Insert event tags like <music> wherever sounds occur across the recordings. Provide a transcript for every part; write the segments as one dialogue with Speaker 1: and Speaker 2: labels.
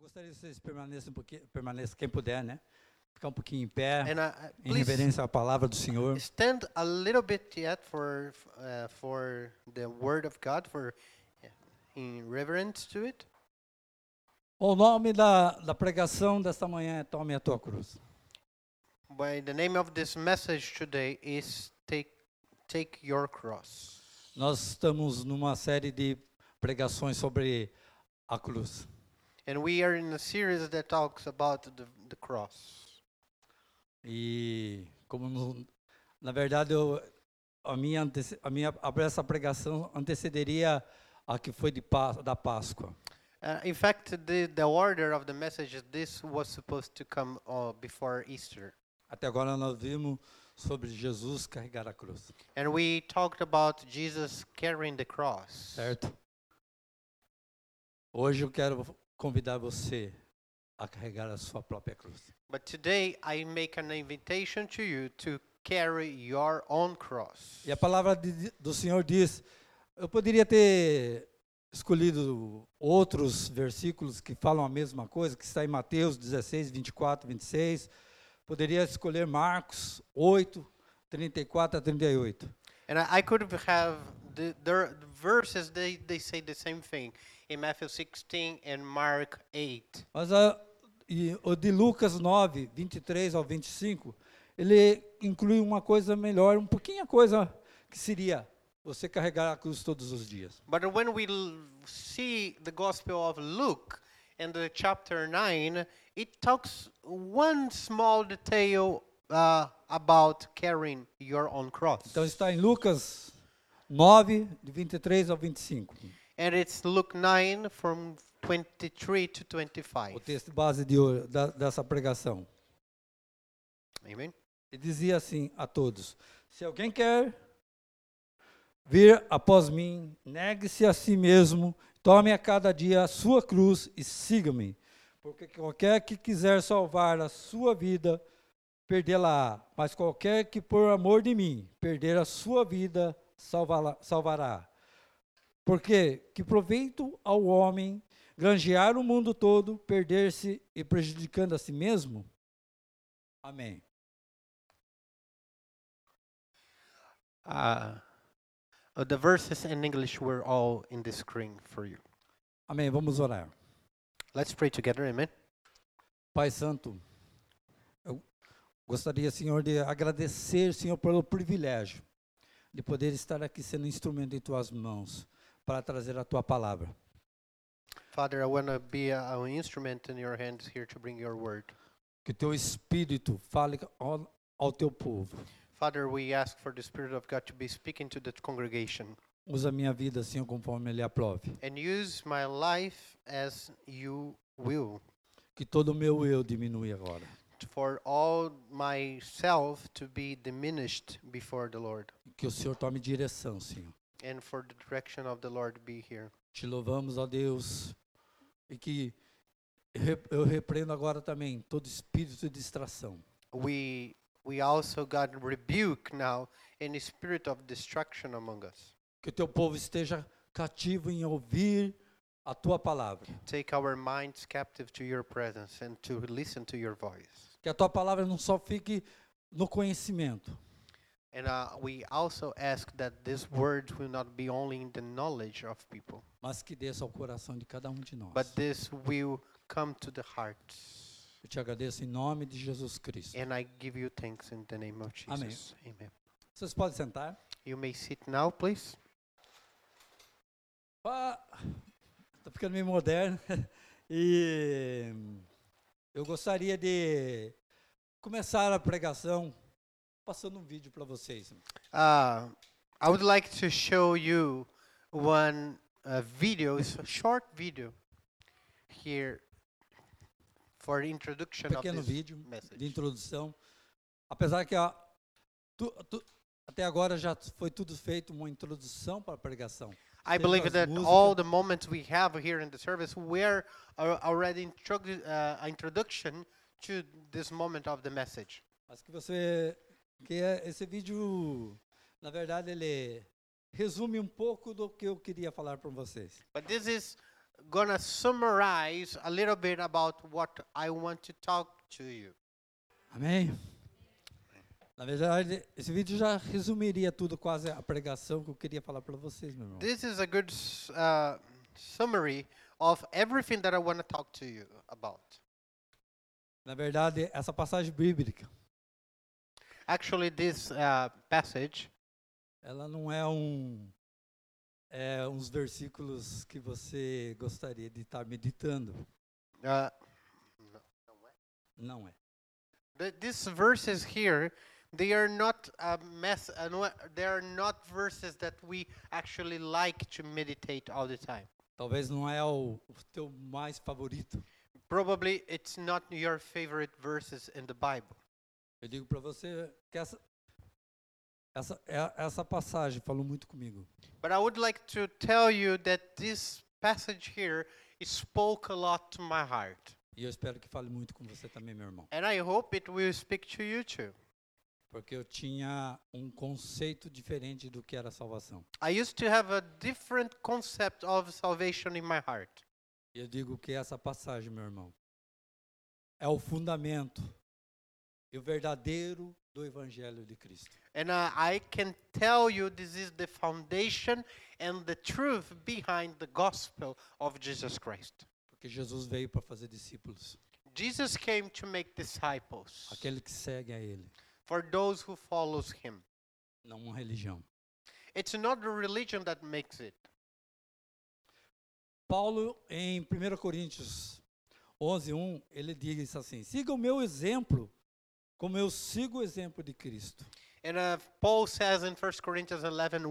Speaker 1: gostaria que vocês permaneçam, um pouquinho- permaneçam quem puder, né? Ficar um pouquinho em pé,
Speaker 2: And uh,
Speaker 1: em
Speaker 2: please
Speaker 1: reverência à palavra do Senhor.
Speaker 2: stand a little bit yet for uh, for the word of God, for yeah, in reverence to it.
Speaker 1: O nome da, da pregação desta manhã é Tome a tua cruz.
Speaker 2: By the name of this message today is take take your cross.
Speaker 1: Nós estamos numa série de pregações sobre a cruz.
Speaker 2: And we are in a series that talks about the, the cross.
Speaker 1: E como não- na verdade eu a minha antece- a minha a- essa pregação antecederia a que foi de Pá- da Páscoa.
Speaker 2: Uh, in fact, the, the order of the message, this was supposed to come uh, before Easter.
Speaker 1: Até agora nós vimos sobre Jesus carregar a cruz,
Speaker 2: And we talked about Jesus carrying the cross.
Speaker 1: certo? Hoje eu quero convidar você a carregar a sua própria cruz.
Speaker 2: But today I make an invitation to you to carry your own cross.
Speaker 1: E a palavra de- do Senhor diz: eu poderia ter escolhido outros versículos que falam a mesma coisa, que está em Mateus 16, 24, 26. Poderia escolher Marcos 8, 34 a 38.
Speaker 2: And I, I could have- have the, the verses they, they say the same thing in Matthew 16 and Mark 8.
Speaker 1: Mas a, e o de Lucas 9, 23 ao 25, ele inclui uma coisa melhor, um pouquinho a coisa que seria você carregar a cruz todos os dias.
Speaker 2: But when we l- see the Gospel of Luke and the chapter 9, it talks one small detail uh, about carrying your own cross.
Speaker 1: Então está em Lucas 9, de 23 ao 25.
Speaker 2: And it's Luke 9 from 23 to 25.
Speaker 1: o texto base de, ho- da, dessa pregação.
Speaker 2: Amen.
Speaker 1: E dizia assim a todos: Se alguém quer vir após mim, negue-se a si mesmo, tome a cada dia a sua cruz e siga-me. Porque qualquer que quiser salvar a sua vida, perdê-la. Mas qualquer que por amor de mim perder a sua vida, salvá-la- salvará. Porque que proveito ao homem granjear o mundo todo, perder-se e prejudicando a si mesmo? Amém.
Speaker 2: Uh, uh, the verses in English were all in the screen for you.
Speaker 1: Amém. Vamos orar.
Speaker 2: Let's pray together. Amen.
Speaker 1: Pai Santo, eu gostaria, Senhor, de agradecer, Senhor, pelo privilégio de poder estar aqui sendo instrumento em tuas mãos para trazer a tua palavra.
Speaker 2: Father, I want to be a, an instrument in your hands here to bring your word.
Speaker 1: Que o teu espírito fale ao, ao teu povo.
Speaker 2: Father, we ask for the Spirit of God to be speaking to the congregation
Speaker 1: Usa a minha vida, Senhor, conforme ele aprove.
Speaker 2: and use my life as you will,
Speaker 1: Que todo o meu eu diminui agora.
Speaker 2: for all myself to be diminished before the Lord
Speaker 1: Que o Senhor tome direção, Senhor.
Speaker 2: and for the direction of the Lord be here.
Speaker 1: Te louvamos, ó Deus, e que re- eu repreendo agora também todo espírito de distração.
Speaker 2: we we also got rebuke now any spirit of destruction among us.
Speaker 1: Que o teu povo esteja cativo em ouvir a tua palavra.
Speaker 2: Take our minds captive to your presence and to listen to your voice.
Speaker 1: Que a tua palavra não só fique no conhecimento,
Speaker 2: And uh, we also ask that these words will not be only in the knowledge of people,
Speaker 1: mas que desça ao coração de cada um de nós.
Speaker 2: but this will come to the hearts.
Speaker 1: Eu te agradeço em nome de Jesus Cristo.
Speaker 2: And I give you thanks in the name of
Speaker 1: Amém.
Speaker 2: Jesus. Amen.
Speaker 1: Vocês podem sentar?
Speaker 2: You may sit now, please.
Speaker 1: Estou Ah, tá ficando meio moderno. <laughs> E eu gostaria de começar a pregação passando um vídeo para vocês.
Speaker 2: Uh, I would like to show you one uh, video. It's a short video here for the introduction of
Speaker 1: pequeno
Speaker 2: this
Speaker 1: vídeo
Speaker 2: message.
Speaker 1: de introdução. Apesar que a- tu- tu- até agora já foi tudo feito uma introdução para a pregação.
Speaker 2: I
Speaker 1: teve
Speaker 2: believe
Speaker 1: as
Speaker 2: that
Speaker 1: músicas.
Speaker 2: all the moments we have here in the service were al- already introdu- uh, an introduction to this moment of the message.
Speaker 1: Mas que você que é- esse vídeo, na verdade, ele resume um pouco do que eu queria falar para vocês.
Speaker 2: But this is gonna summarize a little bit about what I want to talk to you.
Speaker 1: Amém? Na verdade, esse vídeo já resumiria tudo, quase a pregação que eu queria falar para vocês, meu irmão.
Speaker 2: This is a good s- uh, summary of everything that I want to talk to you about.
Speaker 1: Na verdade, essa passagem bíblica,
Speaker 2: Actually, this uh, passage
Speaker 1: ela não é um é uns versículos que você gostaria de estar meditando.
Speaker 2: uh,
Speaker 1: Não é.
Speaker 2: Th- these verses here they are not a mess uh, no, they are not verses that we actually like to meditate all the time
Speaker 1: Talvez não é o, o teu mais favorito.
Speaker 2: probably it's not your favorite verses in the bible
Speaker 1: Eu digo para você que essa essa é- essa passagem falou muito comigo.
Speaker 2: but i would like to tell you that this passage here it spoke a lot to my heart
Speaker 1: E eu espero que fale muito com você também, meu irmão.
Speaker 2: and i hope it will speak to you too
Speaker 1: Porque eu tinha um conceito diferente do que era salvação.
Speaker 2: i used to have a different concept of salvation in my heart
Speaker 1: E eu digo que essa passagem, meu irmão, é o fundamento e o verdadeiro do evangelho de Cristo.
Speaker 2: And uh, I can tell you this is the foundation and the truth behind the gospel of Jesus Christ.
Speaker 1: Porque Jesus veio para fazer discípulos,
Speaker 2: Jesus came to make disciples
Speaker 1: aquele que segue a ele,
Speaker 2: for those who follows him.
Speaker 1: não uma religião.
Speaker 2: It's not the religion that makes it.
Speaker 1: Paulo, em 1 Coríntios 11, 1, ele diz assim: Siga o meu exemplo, como eu sigo o exemplo de Cristo.
Speaker 2: And uh, Paul says in 1 Corinthians 11,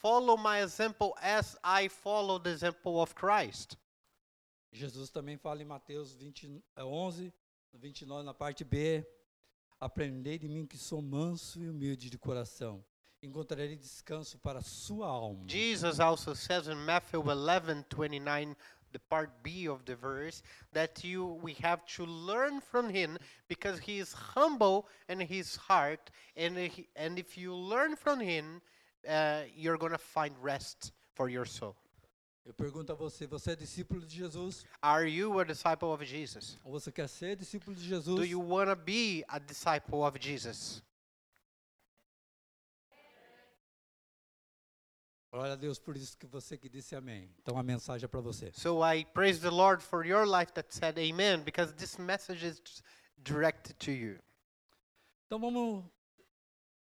Speaker 2: follow my example as I follow the example of Christ.
Speaker 1: Jesus também fala em Mateus 20, eh, 11, no 29, na parte B: Aprendei de mim que sou manso e humilde de coração, encontrarei descanso para a sua alma.
Speaker 2: Jesus also says in Matthew 11 29, the part B of the verse, that you we have to learn from him because he is humble in his heart, and he, and if you learn from him, uh, you're gonna find rest for your soul.
Speaker 1: Eu pergunto a você: você é discípulo de Jesus?
Speaker 2: Are you a disciple of Jesus?
Speaker 1: Ou você quer ser discípulo de Jesus?
Speaker 2: Do you wanna be a disciple of Jesus?
Speaker 1: Glória a Deus por isso que você que disse amém. Então a mensagem é para você.
Speaker 2: So I praise the Lord for your life that said Amen, because this message is directed to you.
Speaker 1: Então vamos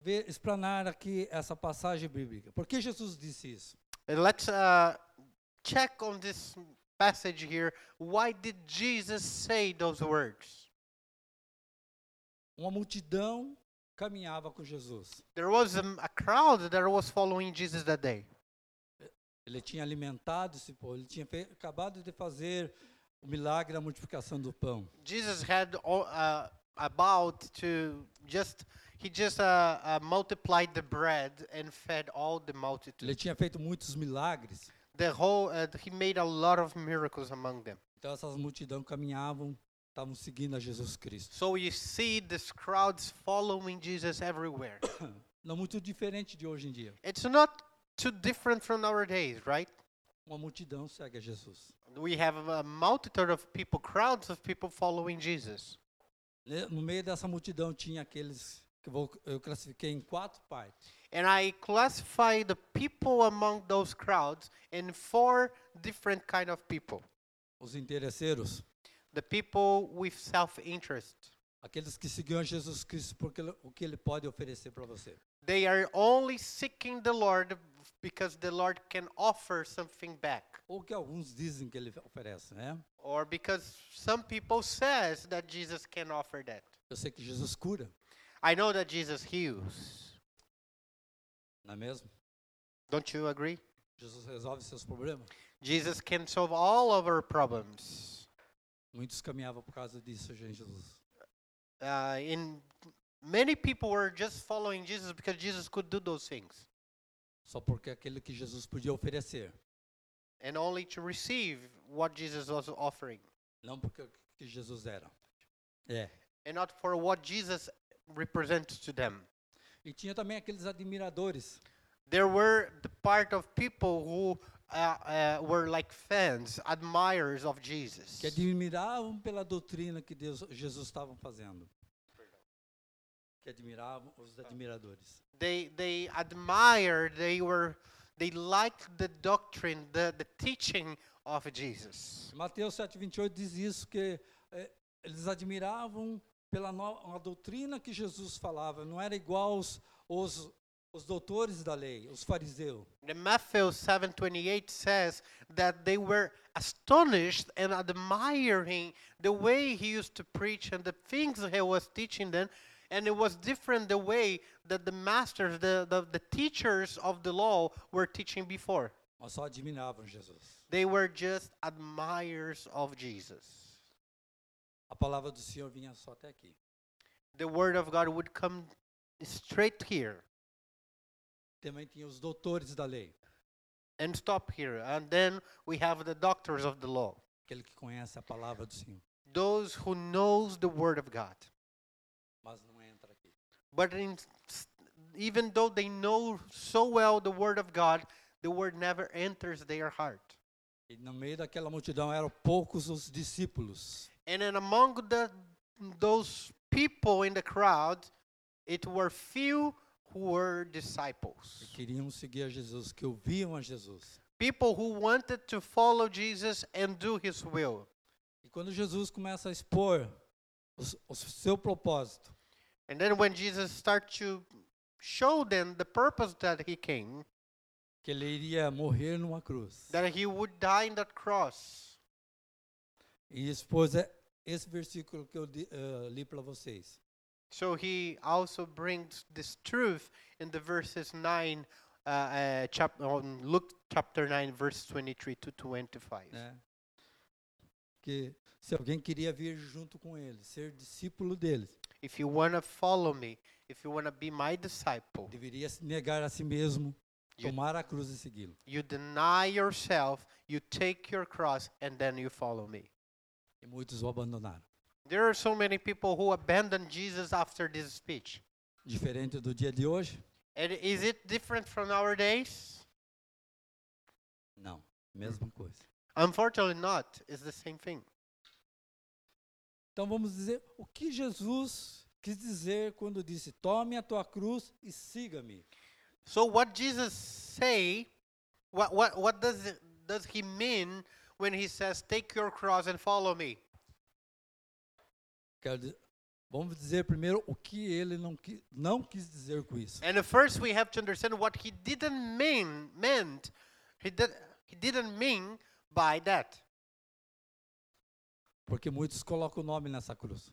Speaker 1: ver, explanar aqui essa passagem bíblica. Por que Jesus disse isso?
Speaker 2: And let's uh, check on this passage here. Why did Jesus say those words?
Speaker 1: Uma multidão caminhava com Jesus.
Speaker 2: There was um, a crowd that was following Jesus that day.
Speaker 1: Ele tinha alimentado esse povo, ele tinha fe- acabado de fazer o milagre da multiplicação do pão.
Speaker 2: Jesus had o- uh, about to just he just uh, uh, multiplied the bread and fed all the multitude.
Speaker 1: Ele tinha feito muitos milagres.
Speaker 2: The whole uh, he made a lot of miracles among them.
Speaker 1: Então essas multidão caminhavam, estavam seguindo a Jesus Cristo.
Speaker 2: So you see this crowds following Jesus everywhere.
Speaker 1: Não muito diferente de hoje em dia.
Speaker 2: it's not too different from our days, right?
Speaker 1: Uma multidão segue a Jesus.
Speaker 2: we have a multitude of people, crowds of people following Jesus.
Speaker 1: Ne- Né? No meio dessa multidão tinha aqueles que eu vou- eu classifiquei em quatro partes.
Speaker 2: And I classify the people among those crowds in four different kind of people.
Speaker 1: Os interesseiros,
Speaker 2: The people with self-interest.
Speaker 1: aqueles que seguiam a Jesus Cristo porque ele- o que ele pode oferecer para você.
Speaker 2: They are only seeking the Lord because the Lord can offer something back
Speaker 1: Ou que alguns dizem que ele oferece, né?
Speaker 2: or because some people says that Jesus can offer that.
Speaker 1: Eu sei que Jesus cura,
Speaker 2: I know that Jesus heals.
Speaker 1: não é mesmo?
Speaker 2: Don't you agree?
Speaker 1: Jesus resolve seus problemas.
Speaker 2: Jesus can solve all of our problems.
Speaker 1: Muitos caminhavam por causa disso, gente, Jesus.
Speaker 2: uh, in many people were just following Jesus because Jesus could do those things
Speaker 1: Só porque aquilo que Jesus podia oferecer,
Speaker 2: and only to receive what Jesus was offering
Speaker 1: não porque o que Jesus era. É.
Speaker 2: and not for what Jesus represents to them.
Speaker 1: E tinha também aqueles admiradores,
Speaker 2: There were the part of people who uh, uh, were like fans, admirers of Jesus.
Speaker 1: que admiravam pela doutrina que Deus, Jesus estava fazendo. Que admiravam os admiradores.
Speaker 2: They they admired. They were they liked the doctrine, the the teaching of Jesus.
Speaker 1: Mateus 7,28 diz isso, que eh, eles admiravam pela no, a doutrina que Jesus falava, não era igual aos, os, os doutores da lei, os fariseus.
Speaker 2: The Matthew 7:28 says that they were astonished and admiring the way he used to preach and the things he was teaching them and it was different the way that the masters the, the, the teachers of the law were teaching before.
Speaker 1: Mas só admiravam Jesus.
Speaker 2: They were just admirers of Jesus.
Speaker 1: A palavra do Senhor vinha só até aqui.
Speaker 2: The word of God would come straight here
Speaker 1: Também tinha os doutores da lei,
Speaker 2: and stop here and then we have the doctors of the law,
Speaker 1: aquele que conhece a palavra do Senhor,
Speaker 2: those who knows the word of God.
Speaker 1: mas não entra aqui.
Speaker 2: But in, s- even though they know so well the word of God, the word never enters their heart.
Speaker 1: E no meio daquela multidão eram poucos os discípulos.
Speaker 2: And then among the, those people in the crowd, it were few who were
Speaker 1: que
Speaker 2: disciples.
Speaker 1: queriam um seguir a Jesus, que ouviam a Jesus.
Speaker 2: People who wanted to follow Jesus and do his will.
Speaker 1: E quando Jesus começa a expor os- o seu propósito,
Speaker 2: And then when Jesus started to show them the purpose that he came,
Speaker 1: que ele iria morrer numa cruz,
Speaker 2: that he would die in that cross,
Speaker 1: e expôs é- esse versículo que eu di- eh, li para vocês.
Speaker 2: So he also brings this truth in the verses 9, uh, uh, chap- on Luke chapter 9, verse 23 to 25.
Speaker 1: Né? Que se alguém queria vir junto com ele, ser discípulo dele,
Speaker 2: If you want to follow me, if you want to be my disciple,
Speaker 1: deveria se negar a si mesmo,
Speaker 2: You-
Speaker 1: tomar a cruz e segui-lo.
Speaker 2: you deny yourself, you take your cross, and then you follow me.
Speaker 1: E muitos o abandonaram.
Speaker 2: There are so many people who abandon Jesus after this speech.
Speaker 1: Diferente do dia de hoje?
Speaker 2: And is it different from our days?
Speaker 1: Não, mesma coisa.
Speaker 2: Unfortunately, not. It's the same thing.
Speaker 1: Então vamos dizer o que Jesus quis dizer quando disse: Tome a tua cruz e siga-me.
Speaker 2: So what Jesus say, what what what does it- does he mean when he says take your cross and follow me?
Speaker 1: Quero di- vamos dizer primeiro o que ele não, qui- não quis dizer com isso.
Speaker 2: And first we have to understand what he didn't mean meant. He did he didn't mean by that.
Speaker 1: Porque muitos colocam o nome nessa cruz.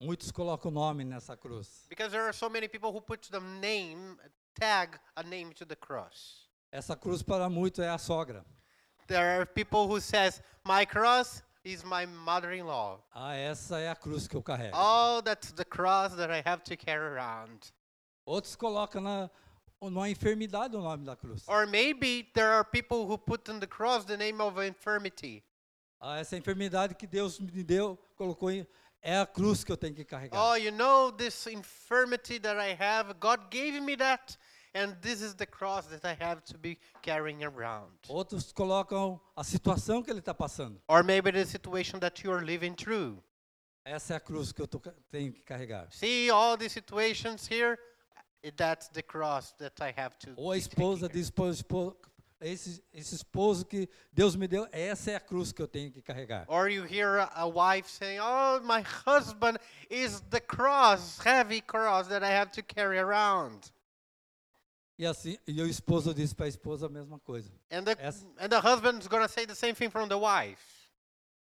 Speaker 1: Muitos colocam o nome nessa cruz.
Speaker 2: Because there are so many people who put the name tag a name to the cross.
Speaker 1: Essa cruz para muitos é a sogra.
Speaker 2: There are people who says my cross is my mother-in-law.
Speaker 1: Ah, essa é a cruz que eu carrego.
Speaker 2: Oh, that's the cross that I have to carry around.
Speaker 1: Outros colocam na uma enfermidade o nome da cruz.
Speaker 2: Or maybe there are people who put on the cross the name of infirmity.
Speaker 1: Ah, essa enfermidade que Deus me deu, colocou em, é a cruz que eu tenho que carregar.
Speaker 2: Oh, you know this infirmity that I have, God gave me that, and this is the cross that I have to be carrying around.
Speaker 1: Outros colocam a situação que ele está passando.
Speaker 2: Or maybe the situation that you are living through.
Speaker 1: Essa é a cruz que eu tô ca- tenho que carregar.
Speaker 2: See all the situations here? Uh, That's the cross that I have to.
Speaker 1: Ou a
Speaker 2: be taking
Speaker 1: esposa
Speaker 2: care.
Speaker 1: diz, "Pô, espo- esse, esse esposo que Deus me deu, essa é a cruz que eu tenho que carregar.
Speaker 2: Or you hear a, a wife saying, "Oh, my husband is the cross, heavy cross that I have to carry around."
Speaker 1: E assim, e o esposo diz para a esposa a mesma coisa.
Speaker 2: And the
Speaker 1: Yes.
Speaker 2: and the husband's gonna say the same thing from the wife.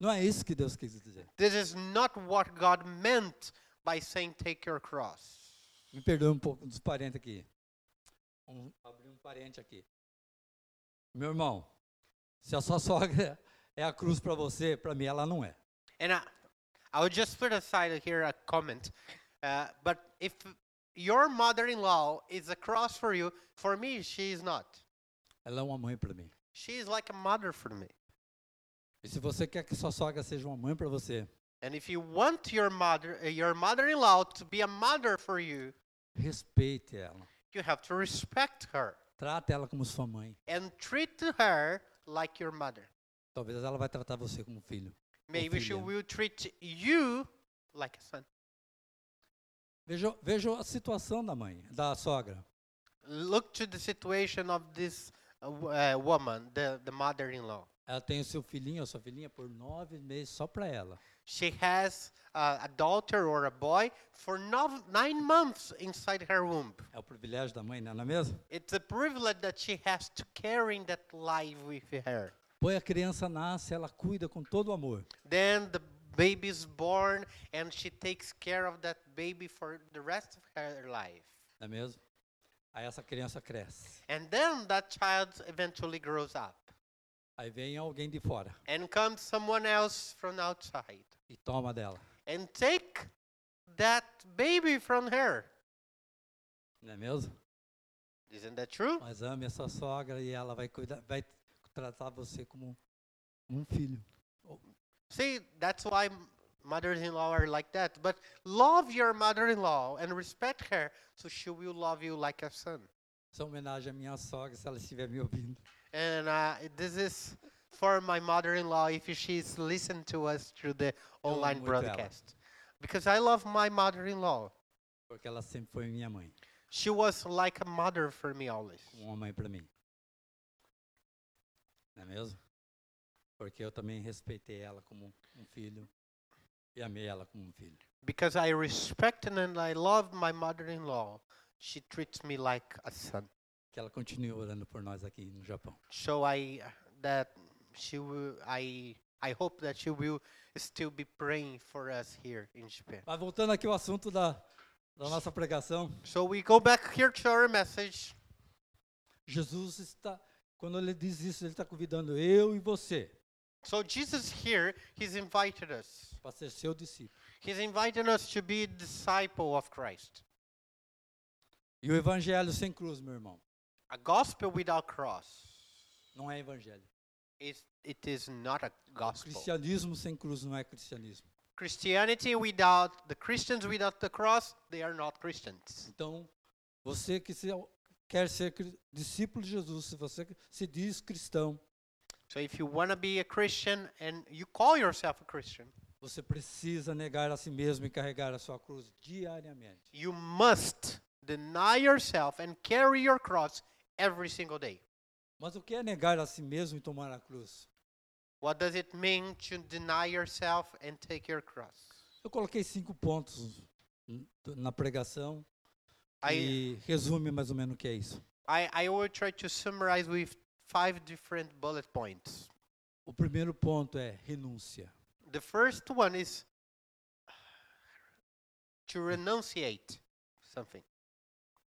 Speaker 1: Não é isso que Deus quis dizer.
Speaker 2: This is not what God meant by saying take your cross.
Speaker 1: Me perdoe um pouco dos parentes aqui. Um, abri um parente aqui. Meu irmão, se a sua <laughs> sogra é a cruz para você, para mim ela não é.
Speaker 2: And I, I would just put aside here a comment. Uh, but if your mother-in-law is a cross for you, for me she is not.
Speaker 1: Ela é uma mãe para mim.
Speaker 2: She is like a mother for me.
Speaker 1: E se você quer que sua sogra seja uma mãe para você,
Speaker 2: And if you want your mother, uh, your mother-in-law to be a mother for you,
Speaker 1: respeite ela.
Speaker 2: you have to respect her.
Speaker 1: Trata ela como sua mãe.
Speaker 2: and treat her like your mother.
Speaker 1: Talvez ela vai tratar você como filho.
Speaker 2: Maybe she
Speaker 1: Ophelia.
Speaker 2: will treat you like a son.
Speaker 1: Veja, veja a situação da mãe, da sogra.
Speaker 2: Look to the situation of this uh, w- uh, woman, the, the mother in law.
Speaker 1: Ela tem o seu filhinho, a sua filhinha, por nove meses só para ela.
Speaker 2: She has uh, a daughter or a boy for nov- nine months inside her womb.
Speaker 1: É o privilégio da mãe, né? não é mesmo?
Speaker 2: It's a privilege that she has to carry that life with her.
Speaker 1: Põe a criança nasce, ela cuida com todo o amor.
Speaker 2: Then the baby is born and she takes care of that baby for the rest of her life.
Speaker 1: Não é mesmo? Aí essa criança cresce.
Speaker 2: And then that child eventually grows up
Speaker 1: Aí vem alguém de fora
Speaker 2: and comes someone else from outside
Speaker 1: e toma dela.
Speaker 2: and take that baby from her.
Speaker 1: Não é mesmo?
Speaker 2: Isn't that true?
Speaker 1: Mas ame a sua sogra e ela vai cuidar, vai tratar você como um filho.
Speaker 2: See, that's why m- mothers-in-law are like that. But love your mother-in-law and respect her so she will love you like a son.
Speaker 1: Isso é uma homenagem à minha sogra, se ela estiver me ouvindo.
Speaker 2: And uh, this is for my mother-in-law if she's listened to us through the
Speaker 1: amo
Speaker 2: online
Speaker 1: muito ela.
Speaker 2: broadcast. Because I love my mother-in-law.
Speaker 1: Porque ela sempre foi minha mãe,
Speaker 2: She was like a mother for me always.
Speaker 1: uma mãe para mim. Não é mesmo? Porque eu também respeitei ela como um filho e amei ela como um filho.
Speaker 2: Because I respect and then I love my mother-in-law. She treats me like a son.
Speaker 1: Que ela continue orando por nós aqui no Japão.
Speaker 2: So I that she will I I hope that she will still be praying for us here in Japan.
Speaker 1: Mas voltando aqui ao assunto da, da nossa pregação,
Speaker 2: So we go back here to our message.
Speaker 1: Jesus está, quando ele diz isso, ele está convidando eu e você
Speaker 2: So Jesus here, he's invited us.
Speaker 1: para ser seu discípulo.
Speaker 2: He's inviting us to be disciple of Christ.
Speaker 1: E o evangelho sem cruz, meu irmão,
Speaker 2: A gospel without cross
Speaker 1: não é evangelho.
Speaker 2: is it is not a gospel.
Speaker 1: Cristianismo sem cruz não é cristianismo.
Speaker 2: Christianity without the Christians without the cross, they are not Christians.
Speaker 1: Então, você que se- quer ser cri- discípulo de Jesus, se você que se diz cristão,
Speaker 2: So if you want to be a Christian and you call yourself a Christian,
Speaker 1: você precisa negar a si mesmo e carregar a sua cruz diariamente.
Speaker 2: you must deny yourself and carry your cross every single day.
Speaker 1: Mas o que é negar a si mesmo e tomar a cruz?
Speaker 2: What does it mean to deny yourself and take your cross?
Speaker 1: Eu coloquei cinco pontos n- na pregação
Speaker 2: I,
Speaker 1: e resume mais ou menos o que é isso.
Speaker 2: I, I will try to summarize with five different bullet points.
Speaker 1: O primeiro ponto é renúncia.
Speaker 2: The first one is to renunciate something,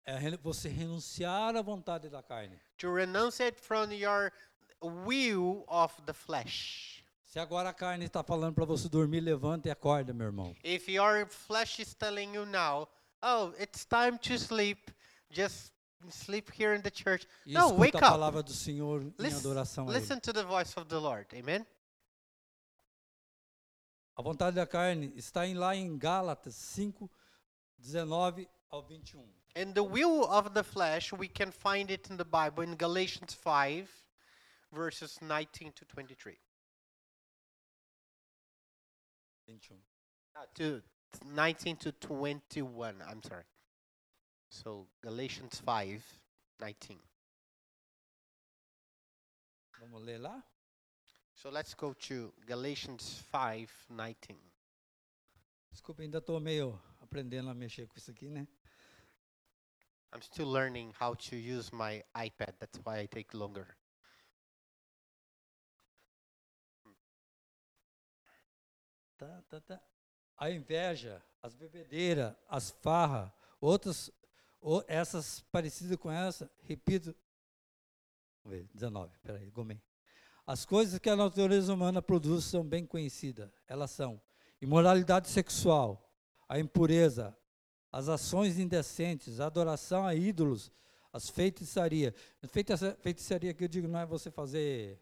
Speaker 1: É renu- você renunciar à vontade da carne.
Speaker 2: to renunciate from your will of the flesh.
Speaker 1: Se agora a carne está falando para você dormir, levanta e acorda, meu irmão.
Speaker 2: If your flesh is telling you now, oh, it's time to sleep, just sleep here in the church.
Speaker 1: E
Speaker 2: no,
Speaker 1: escuta
Speaker 2: wake
Speaker 1: a
Speaker 2: up.
Speaker 1: palavra do Senhor em
Speaker 2: Lis-
Speaker 1: adoração a Ele.
Speaker 2: listen to the voice of the Lord. Amen.
Speaker 1: A vontade da carne está em, lá em Gálatas 5, 19 ao 21.
Speaker 2: And the will of the flesh, we can find it in the Bible in Galatians 5, verses 19 to 23.
Speaker 1: 21.
Speaker 2: Uh, to 19 to 21, I'm sorry. So Galatians 5, 19.
Speaker 1: Vamos ler lá?
Speaker 2: So let's go to Galatians 5, 19.
Speaker 1: Desculpa, ainda estou meio aprendendo a mexer com isso aqui, né?
Speaker 2: I'm still learning how to use my iPad. That's why I take longer.
Speaker 1: Tá, tá, tá. A inveja, as bebedeiras, as farras, outras, ou essas parecidas com essa, repito. Vamos ver, 19, peraí, gomei. As coisas que a natureza humana produz são bem conhecidas. Elas são imoralidade sexual, a impureza, as ações indecentes, a adoração a ídolos, as feitiçarias. Feitiça- Feitiçaria que eu digo não é você fazer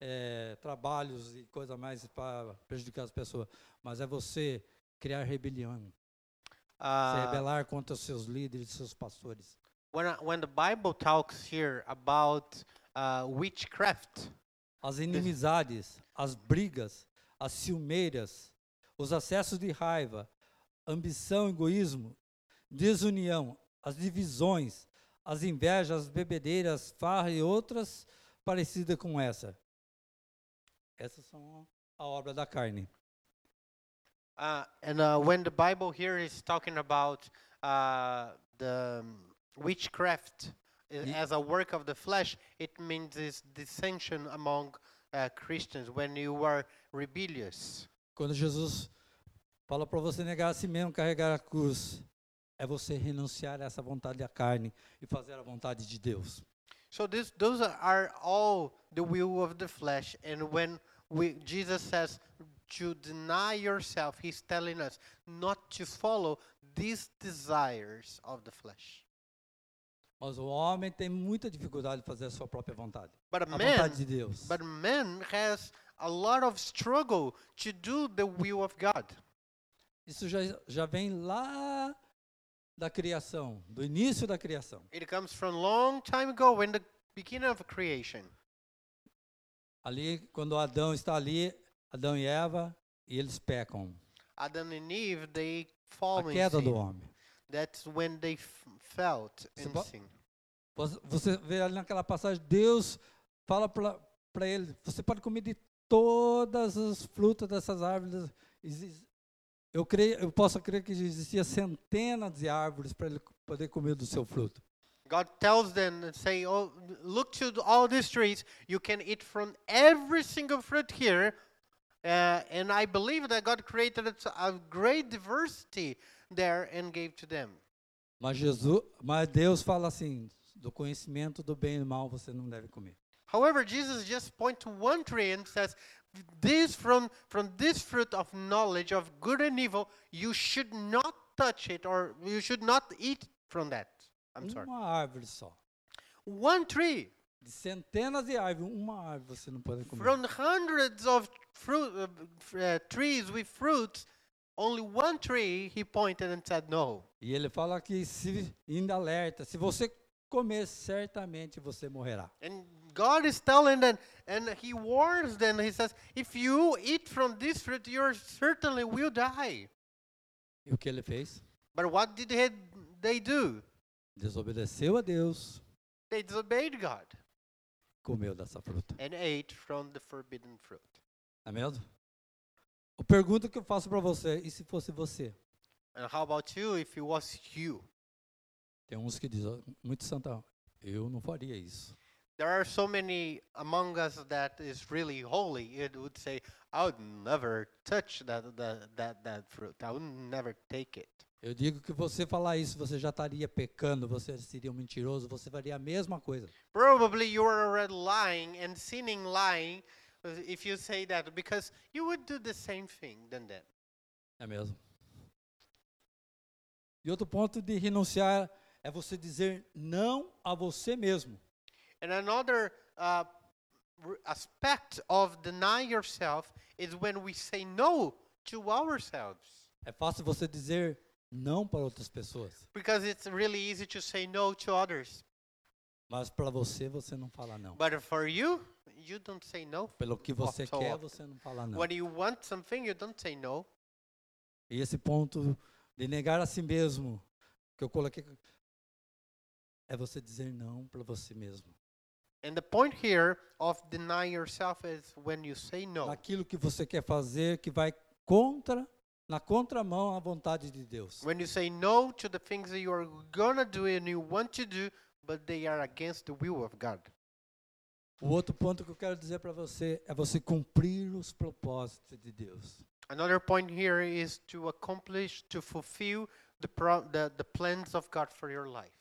Speaker 1: eh, trabalhos e coisa mais para prejudicar as pessoas, mas é você criar rebelião, se
Speaker 2: Uh,
Speaker 1: rebelar contra os seus líderes, seus pastores.
Speaker 2: When, I- when the Bible talks here about uh, witchcraft,
Speaker 1: as inimizades, as brigas, as ciumeiras, os acessos de raiva, ambição, egoísmo, desunião, as divisões, as invejas, as bebedeiras, farra e outras parecidas com essa. Essas são a obra da carne.
Speaker 2: Uh, and uh, when the Bible here is talking about uh, the um, witchcraft i-
Speaker 1: Ye-
Speaker 2: as a work of the flesh, it means this dissension among uh, Christians when you were rebellious.
Speaker 1: Quando Jesus fala para você negar a si mesmo, carregar a cruz, é você renunciar a essa vontade da carne e fazer a vontade de Deus.
Speaker 2: So this, those are- are all the will of the flesh. And when we, Jesus says to deny yourself, he's telling us not to follow these desires of the flesh.
Speaker 1: Mas o homem tem muita dificuldade de fazer a sua própria vontade.
Speaker 2: But a
Speaker 1: a
Speaker 2: man
Speaker 1: vontade de Deus.
Speaker 2: But man has a lot of struggle to do the will of God.
Speaker 1: Isso já, já vem lá da criação, do início da criação.
Speaker 2: It comes from long time ago in the beginning of creation.
Speaker 1: Ali, quando Adão está ali, Adão e Eva, e eles pecam.
Speaker 2: Adam and Eve, they
Speaker 1: A
Speaker 2: fall in
Speaker 1: queda do
Speaker 2: sin.
Speaker 1: homem.
Speaker 2: That's when they f- felt
Speaker 1: Você
Speaker 2: in
Speaker 1: po-
Speaker 2: sin.
Speaker 1: Você- Você vê ali naquela passagem, Deus fala para ele, você pode comer de todas as frutas dessas árvores. Exis- Eu, creio, eu posso crer que existia centenas de árvores para ele poder comer do seu fruto.
Speaker 2: God tells them and say, "Oh, look to th- all these trees. You can eat from every single fruit here." Uh, and I believe that God created a- a great diversity there and gave to them.
Speaker 1: Mas, Jesus, mas Deus fala assim: do conhecimento do bem e do mal você não deve comer.
Speaker 2: However, Jesus just point to one tree and says, "This from from this fruit of knowledge of good and evil, you should not touch it, or you should not eat from that." I'm sorry.
Speaker 1: Uma árvore só.
Speaker 2: One tree
Speaker 1: De centenas de árvores, uma árvore você não pode comer.
Speaker 2: from hundreds of fruit uh, f- uh, trees with fruits, only one tree he pointed and said no.
Speaker 1: E ele fala que, se, ainda alerta: se você comer, certamente você morrerá.
Speaker 2: And God is telling them, and he warns them. He says, "If you eat from this fruit, you certainly will die."
Speaker 1: E o que ele fez?
Speaker 2: But what did he, they do?
Speaker 1: Desobedeceu a Deus,
Speaker 2: they disobeyed God
Speaker 1: comeu dessa fruta.
Speaker 2: and ate from the forbidden fruit.
Speaker 1: Não é mesmo? A pergunta que eu faço para você: e se fosse você?
Speaker 2: And how about you if it was you?
Speaker 1: Tem uns que dizem, muito santa, eu não faria isso.
Speaker 2: There are so many among us that is really holy. It would say, I would never touch that, that, that, that fruit. I would never take it.
Speaker 1: Eu digo que você falar isso, você já estaria pecando, você seria um mentiroso, você faria a mesma coisa.
Speaker 2: Probably you are already lying and sinning lying uh, if you say that because you would do the same thing than that.
Speaker 1: É mesmo. E outro ponto de renunciar é você dizer não a você mesmo.
Speaker 2: And another uh, r- aspect of deny yourself is when we say no to ourselves.
Speaker 1: É fácil você dizer não para outras pessoas,
Speaker 2: Because it's really easy to say no to others.
Speaker 1: mas para você você não fala não.
Speaker 2: But for you, you don't say no.
Speaker 1: Pelo que você
Speaker 2: Nossa,
Speaker 1: quer,
Speaker 2: ó.
Speaker 1: você não fala não.
Speaker 2: When you want something, you don't say no.
Speaker 1: E esse ponto de negar a si mesmo, que eu coloquei, é você dizer não para você mesmo.
Speaker 2: And the point here of denying yourself is when you say no.
Speaker 1: naquilo que você quer fazer que vai contra na contramão à vontade de Deus.
Speaker 2: When you say no to the things that you are gonna do and you want to do, but they are against the will of God.
Speaker 1: O outro ponto que eu quero dizer para você é você cumprir os propósitos de Deus.
Speaker 2: Another point here is to accomplish, to fulfill the, pro- the, the plans of God for your life.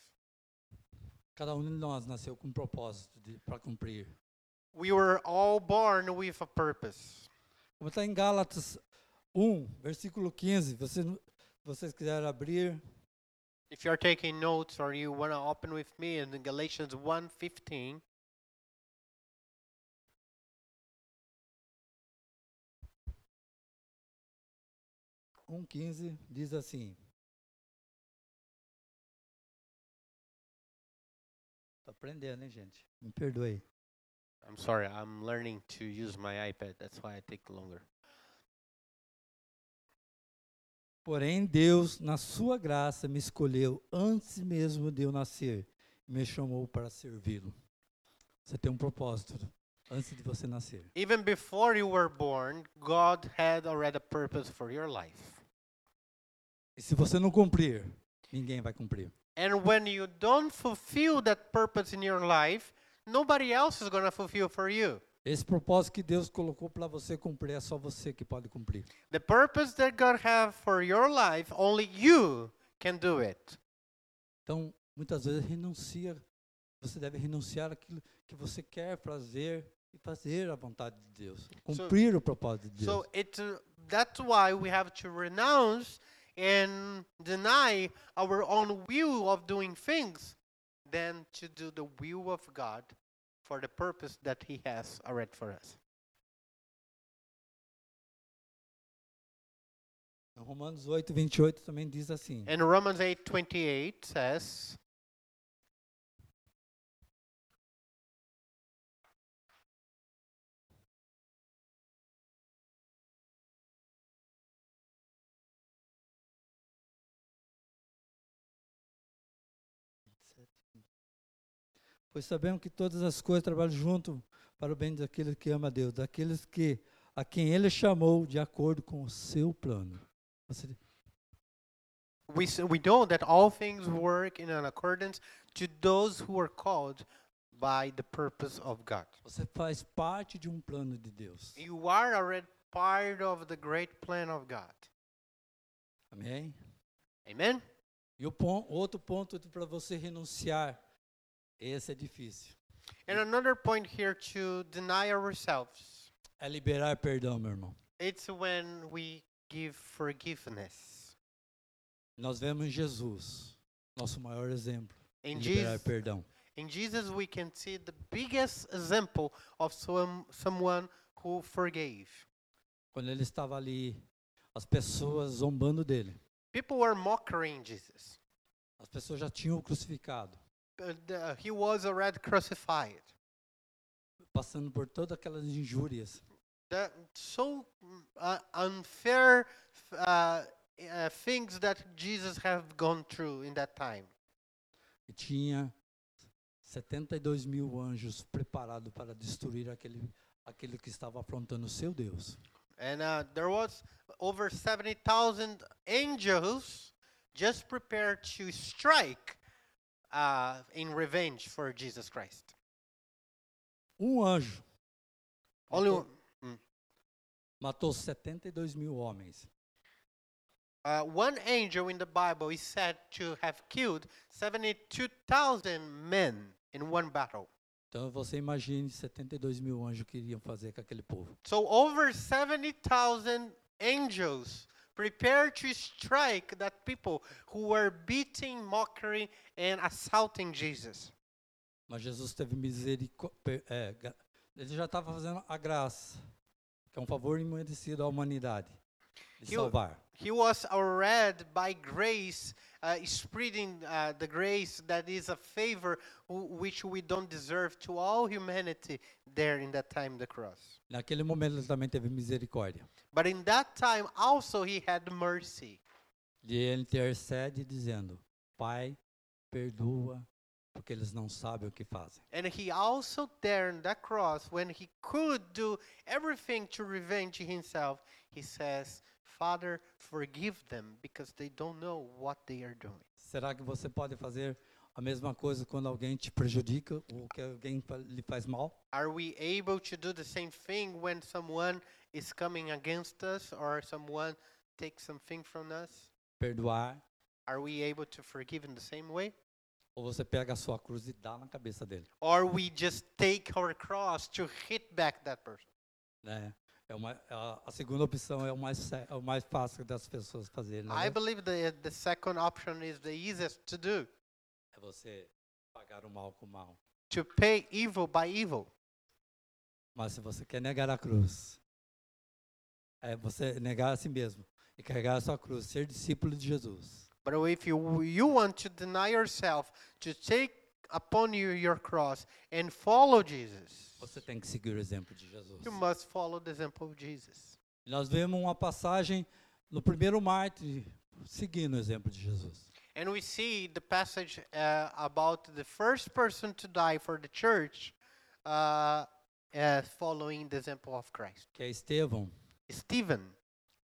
Speaker 1: Cada um de nós nasceu com um propósito para cumprir.
Speaker 2: We were all born with a purpose.
Speaker 1: Como está em Gálatas 1, versículo 15, você, vocês quiserem abrir,
Speaker 2: If you're taking notes or you want to open with me in Galatians 1:15,
Speaker 1: Um 15 diz assim: Aprendendo, hein, gente? Me perdoe.
Speaker 2: I'm sorry, I'm learning to use my iPad. That's why I take longer.
Speaker 1: Porém, Deus, na sua graça, me escolheu antes mesmo de eu nascer e me chamou para servi-lo. Você tem um propósito antes de você nascer.
Speaker 2: Even before you were born, God had already a purpose for your life.
Speaker 1: E se você não cumprir, ninguém vai cumprir.
Speaker 2: And when you don't fulfill that purpose in your life, nobody else is going to fulfill for you.
Speaker 1: Esse propósito que Deus colocou para você cumprir é só você que pode cumprir.
Speaker 2: The purpose that God have for your life, only you can do it.
Speaker 1: Então, muitas vezes renuncia, você deve renunciar aquilo que você quer fazer e fazer a vontade de Deus, cumprir o propósito de Deus.
Speaker 2: So it uh, that's why we have to renounce and deny our own will of doing things than to do the will of God for the purpose that he has already for us.
Speaker 1: Em Então, Romanos 8, 28 também diz assim:
Speaker 2: And Romans 8:28 says,
Speaker 1: Pois sabemos que todas as coisas trabalham junto para o bem daqueles que ama a Deus, daqueles que a quem ele chamou de acordo com o seu plano. Você-
Speaker 2: we, s- we know that all things work in an accordance to those who are called by the purpose of God.
Speaker 1: você faz parte de um plano de Deus.
Speaker 2: You are already part of the great plan of God.
Speaker 1: Amém?
Speaker 2: Amen.
Speaker 1: E o pon- outro ponto para você renunciar, esse é difícil,
Speaker 2: And another point here to deny ourselves.
Speaker 1: é liberar perdão, meu irmão.
Speaker 2: It's when we give forgiveness.
Speaker 1: Nós vemos em Jesus, nosso maior exemplo, em
Speaker 2: In
Speaker 1: liberar
Speaker 2: Jesus,
Speaker 1: perdão.
Speaker 2: in Jesus, we can see the biggest example of some, someone who forgave.
Speaker 1: Quando ele estava ali, as pessoas zombando dele,
Speaker 2: People were mocking Jesus.
Speaker 1: as pessoas já tinham o crucificado,
Speaker 2: Uh, the- he was already crucified.
Speaker 1: passando por todas aquelas injúrias.
Speaker 2: The, so mm, uh, unfair uh, uh, things that Jesus have gone through in that time.
Speaker 1: E tinha 72 mil anjos preparados para destruir aquele, aquele que estava afrontando o seu Deus.
Speaker 2: And uh, there was over 70,000 angels just prepared to strike uh, in revenge for Jesus Christ.
Speaker 1: Um anjo
Speaker 2: Only
Speaker 1: Okay.
Speaker 2: one-
Speaker 1: matou 72 mil homens.
Speaker 2: uh, one angel in the Bible is said to have killed 72,000 men in one battle.
Speaker 1: Então você imagine 72 mil anjos que iriam fazer com aquele povo.
Speaker 2: So over 70,000 angels prepared to strike that people who were beating, mockery, and assaulting Jesus.
Speaker 1: Mas Jesus teve misericórdia. ele já estava fazendo a graça, que é um favor imerecido à humanidade, de
Speaker 2: E o-
Speaker 1: salvar.
Speaker 2: He was already by grace, uh, spreading uh, the grace that is a favor wh- which we don't deserve to all humanity there in that time, the cross.
Speaker 1: Naquele momento ele também teve misericórdia.
Speaker 2: But in that time also he had mercy.
Speaker 1: E ele intercede dizendo: Pai, perdoa, porque eles não sabem o que fazem.
Speaker 2: And he also there on that cross, when he could do everything to revenge himself, he says, Father, forgive them because they don't know what they are doing.
Speaker 1: Será que você pode fazer a mesma coisa quando alguém te prejudica ou que alguém fa- lhe faz mal?
Speaker 2: Are we able to do the same thing when someone is coming against us or someone takes something from us?
Speaker 1: Perdoar?
Speaker 2: Are we able to forgive in the same way?
Speaker 1: Ou você pega a sua cruz e dá na cabeça dele?
Speaker 2: Or we just take our cross to hit back that person?
Speaker 1: né? É uma, a, a segunda opção é o mais, sé- é o mais fácil das pessoas fazerem. Né?
Speaker 2: I believe the, the second option is the easiest to do
Speaker 1: É você pagar o mal com o mal.
Speaker 2: to pay evil by evil.
Speaker 1: Mas se você quer negar a cruz, é você negar a si mesmo e carregar a sua cruz, ser discípulo de Jesus.
Speaker 2: But if you, you want to deny yourself, to take upon you your cross and follow Jesus.
Speaker 1: Você tem que seguir o exemplo de Jesus.
Speaker 2: You must follow the example of Jesus.
Speaker 1: Nós vemos uma passagem no primeiro mártir seguindo o exemplo de Jesus.
Speaker 2: And we see the passage uh, about the first person to die for the church uh, uh, following the example of Christ.
Speaker 1: Que é Estevão.
Speaker 2: Stephen.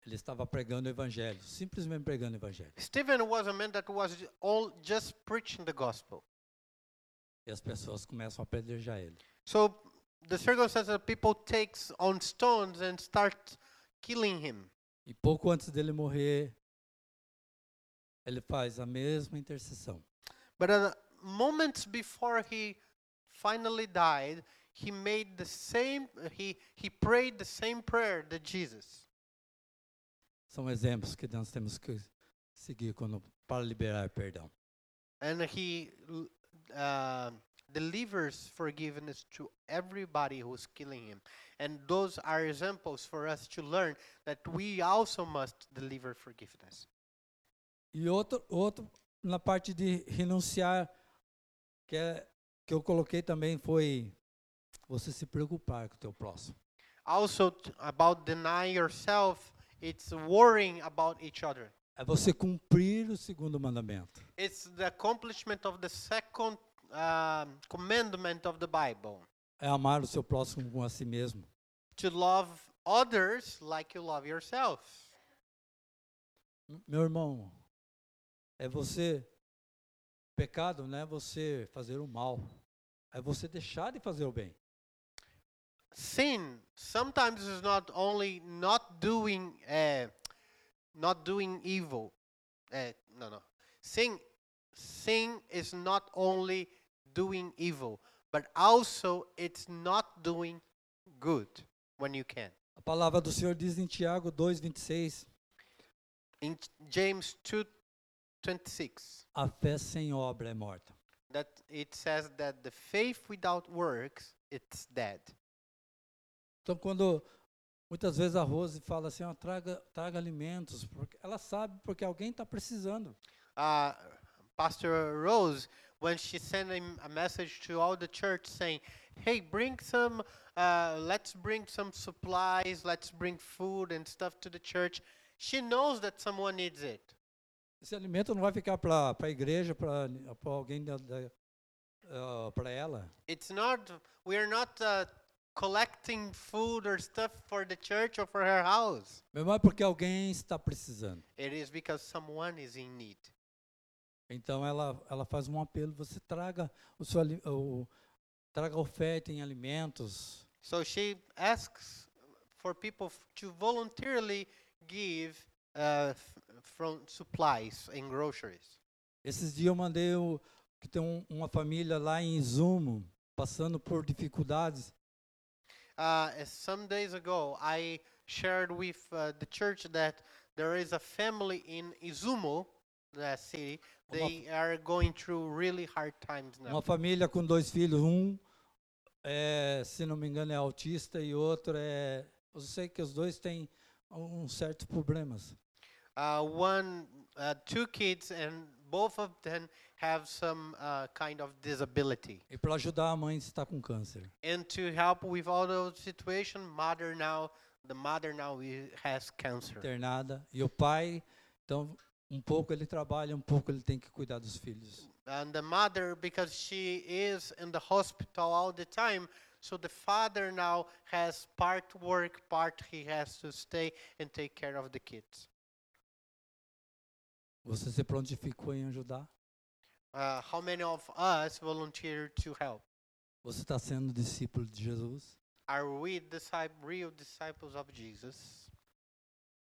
Speaker 1: Ele estava pregando o evangelho, simplesmente pregando o evangelho.
Speaker 2: Stephen was a man that was all just preaching the gospel.
Speaker 1: E as pessoas começam a apedrejar ele.
Speaker 2: So the circumstance that people takes on stones and start killing him.
Speaker 1: E pouco antes dele morrer, ele faz a mesma intercessão.
Speaker 2: But uh, moments before he finally died, he made the same he he prayed the same prayer that Jesus.
Speaker 1: São exemplos que nós temos que seguir quando, para liberar perdão.
Speaker 2: And he l- uh, delivers forgiveness to everybody who's killing him. And those are examples for us to learn that we also must deliver forgiveness.
Speaker 1: E outro, outro na parte de renunciar, que, é, que eu coloquei também foi você se preocupar com o teu próximo.
Speaker 2: Also, t- about deny yourself, it's worrying about each other.
Speaker 1: É você cumprir o segundo mandamento.
Speaker 2: It's the accomplishment of the second um, commandment of the Bible
Speaker 1: É amar o seu próximo com a si mesmo.
Speaker 2: to love others like you love yourself.
Speaker 1: Meu irmão, é você pecado, não é você fazer o mal. É você deixar de fazer o bem.
Speaker 2: sin sometimes is not only not doing uh, not doing evil uh, no no sin sin is not only doing evil but also it's not doing good when you can
Speaker 1: A palavra do Senhor diz em Tiago 2:26,
Speaker 2: in J- james 2 26
Speaker 1: a fé sem obra é morta.
Speaker 2: that it says that the faith without works it's dead
Speaker 1: Então, quando muitas vezes a Rose fala assim, ó, traga, traga alimentos, porque ela sabe porque alguém está precisando.
Speaker 2: uh, Pastor Rose when she sent him a message to all the church saying, "Hey, bring some. Uh, let's bring some supplies. Let's bring food and stuff to the church." She knows that someone needs it.
Speaker 1: Esse alimento não vai ficar para a igreja, para alguém, da, para ela.
Speaker 2: It's not. We are not uh, collecting food or stuff for the church or for her house.
Speaker 1: Meu irmão, é porque alguém está precisando.
Speaker 2: It is because someone is in need.
Speaker 1: Então, ela, ela faz um apelo, você traga o seu ali- o, traga oferta em alimentos.
Speaker 2: So she asks for people f- to voluntarily give uh, f- from supplies and groceries.
Speaker 1: Esses dias eu mandei o, que tem um- uma família lá em Zumo, passando por dificuldades.
Speaker 2: Uh, as some days ago, I shared with uh, the church that there is a family in Izumo, the city.
Speaker 1: Uma-
Speaker 2: They are going through really hard times
Speaker 1: Uma
Speaker 2: now.
Speaker 1: família com dois filhos, um é, se não me engano é autista e outro é, eu sei que os dois têm um certo problemas.
Speaker 2: Uh, one, uh, two kids, and both of them have some uh, kind of disability.
Speaker 1: E para ajudar a mãe que está com câncer.
Speaker 2: and to help with all those situation mother now the mother now i- has cancer
Speaker 1: Internada e o pai, então um pouco ele trabalha, um pouco ele tem que cuidar dos filhos.
Speaker 2: and the mother because she is in the hospital all the time so the father now has part work part he has to stay and take care of the kids
Speaker 1: Você se prontificou em ajudar?
Speaker 2: uh, how many of us volunteer to help
Speaker 1: Você está sendo discípulo de Jesus?
Speaker 2: are we discip- real disciples of jesus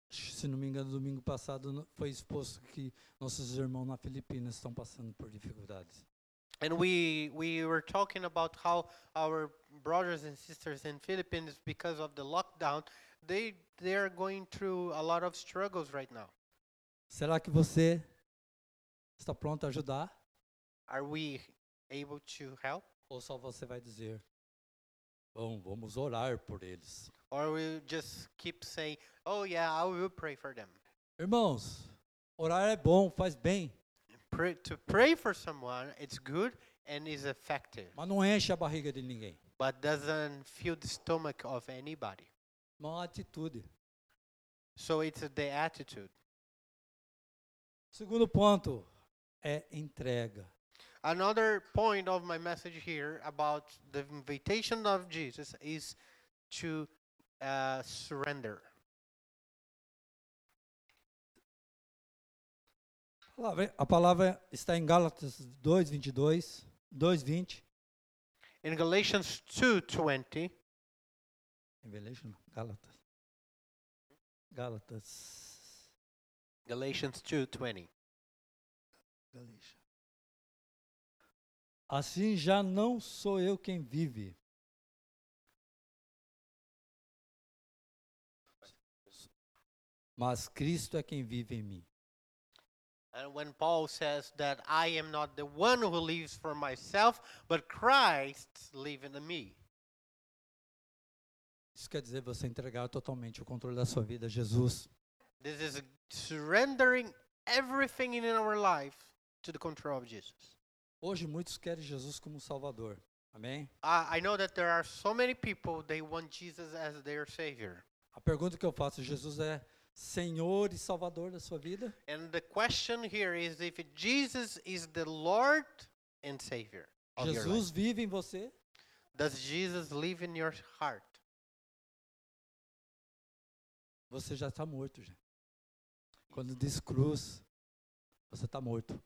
Speaker 1: Se não me engano, domingo passado no- foi exposto que nossos irmãos na Filipinas estão passando por dificuldades.
Speaker 2: and we we were talking about how our brothers and sisters in Philippines because of the lockdown they they are going through a lot of struggles right now
Speaker 1: Será que você está pronto a ajudar?
Speaker 2: are we able to help
Speaker 1: Ou só você vai dizer: Bom, vamos orar por eles.
Speaker 2: or we just keep saying oh yeah I will pray for them
Speaker 1: Irmãos, orar é bom, faz bem.
Speaker 2: pray, to pray for someone it's good and is effective,
Speaker 1: mas não enche a barriga de ninguém.
Speaker 2: but doesn't fill the stomach of anybody.
Speaker 1: É uma atitude.
Speaker 2: So it's the attitude.
Speaker 1: Segundo ponto é entrega.
Speaker 2: Another point of my message here about the invitation of Jesus is to uh, surrender.
Speaker 1: A palavra- é- A palavra está em Gálatas 2, 22, 2, 20.
Speaker 2: In Galatians 2:20,
Speaker 1: Revelation, não, Gálatas. Gálatas.
Speaker 2: Galatians 2:20.
Speaker 1: Galatians. Assim já não sou eu quem vive. Mas Cristo é quem vive em mim.
Speaker 2: And when Paul says that I am not the one who lives for myself, but Christ lives in me.
Speaker 1: Isso quer dizer você entregar totalmente o controle da sua vida a Jesus.
Speaker 2: This is surrendering everything in our life to the control of Jesus.
Speaker 1: Hoje muitos querem Jesus como Salvador. Amém?
Speaker 2: I, I know that there are so many people they want Jesus as their savior.
Speaker 1: A pergunta que eu faço, Jesus é Senhor e Salvador da sua vida?
Speaker 2: And the question here is if Jesus is the Lord and Savior of your life,
Speaker 1: Jesus vive em você?
Speaker 2: does Jesus live in your heart?
Speaker 1: Você já está morto, gente. Quando diz cruz, você está morto.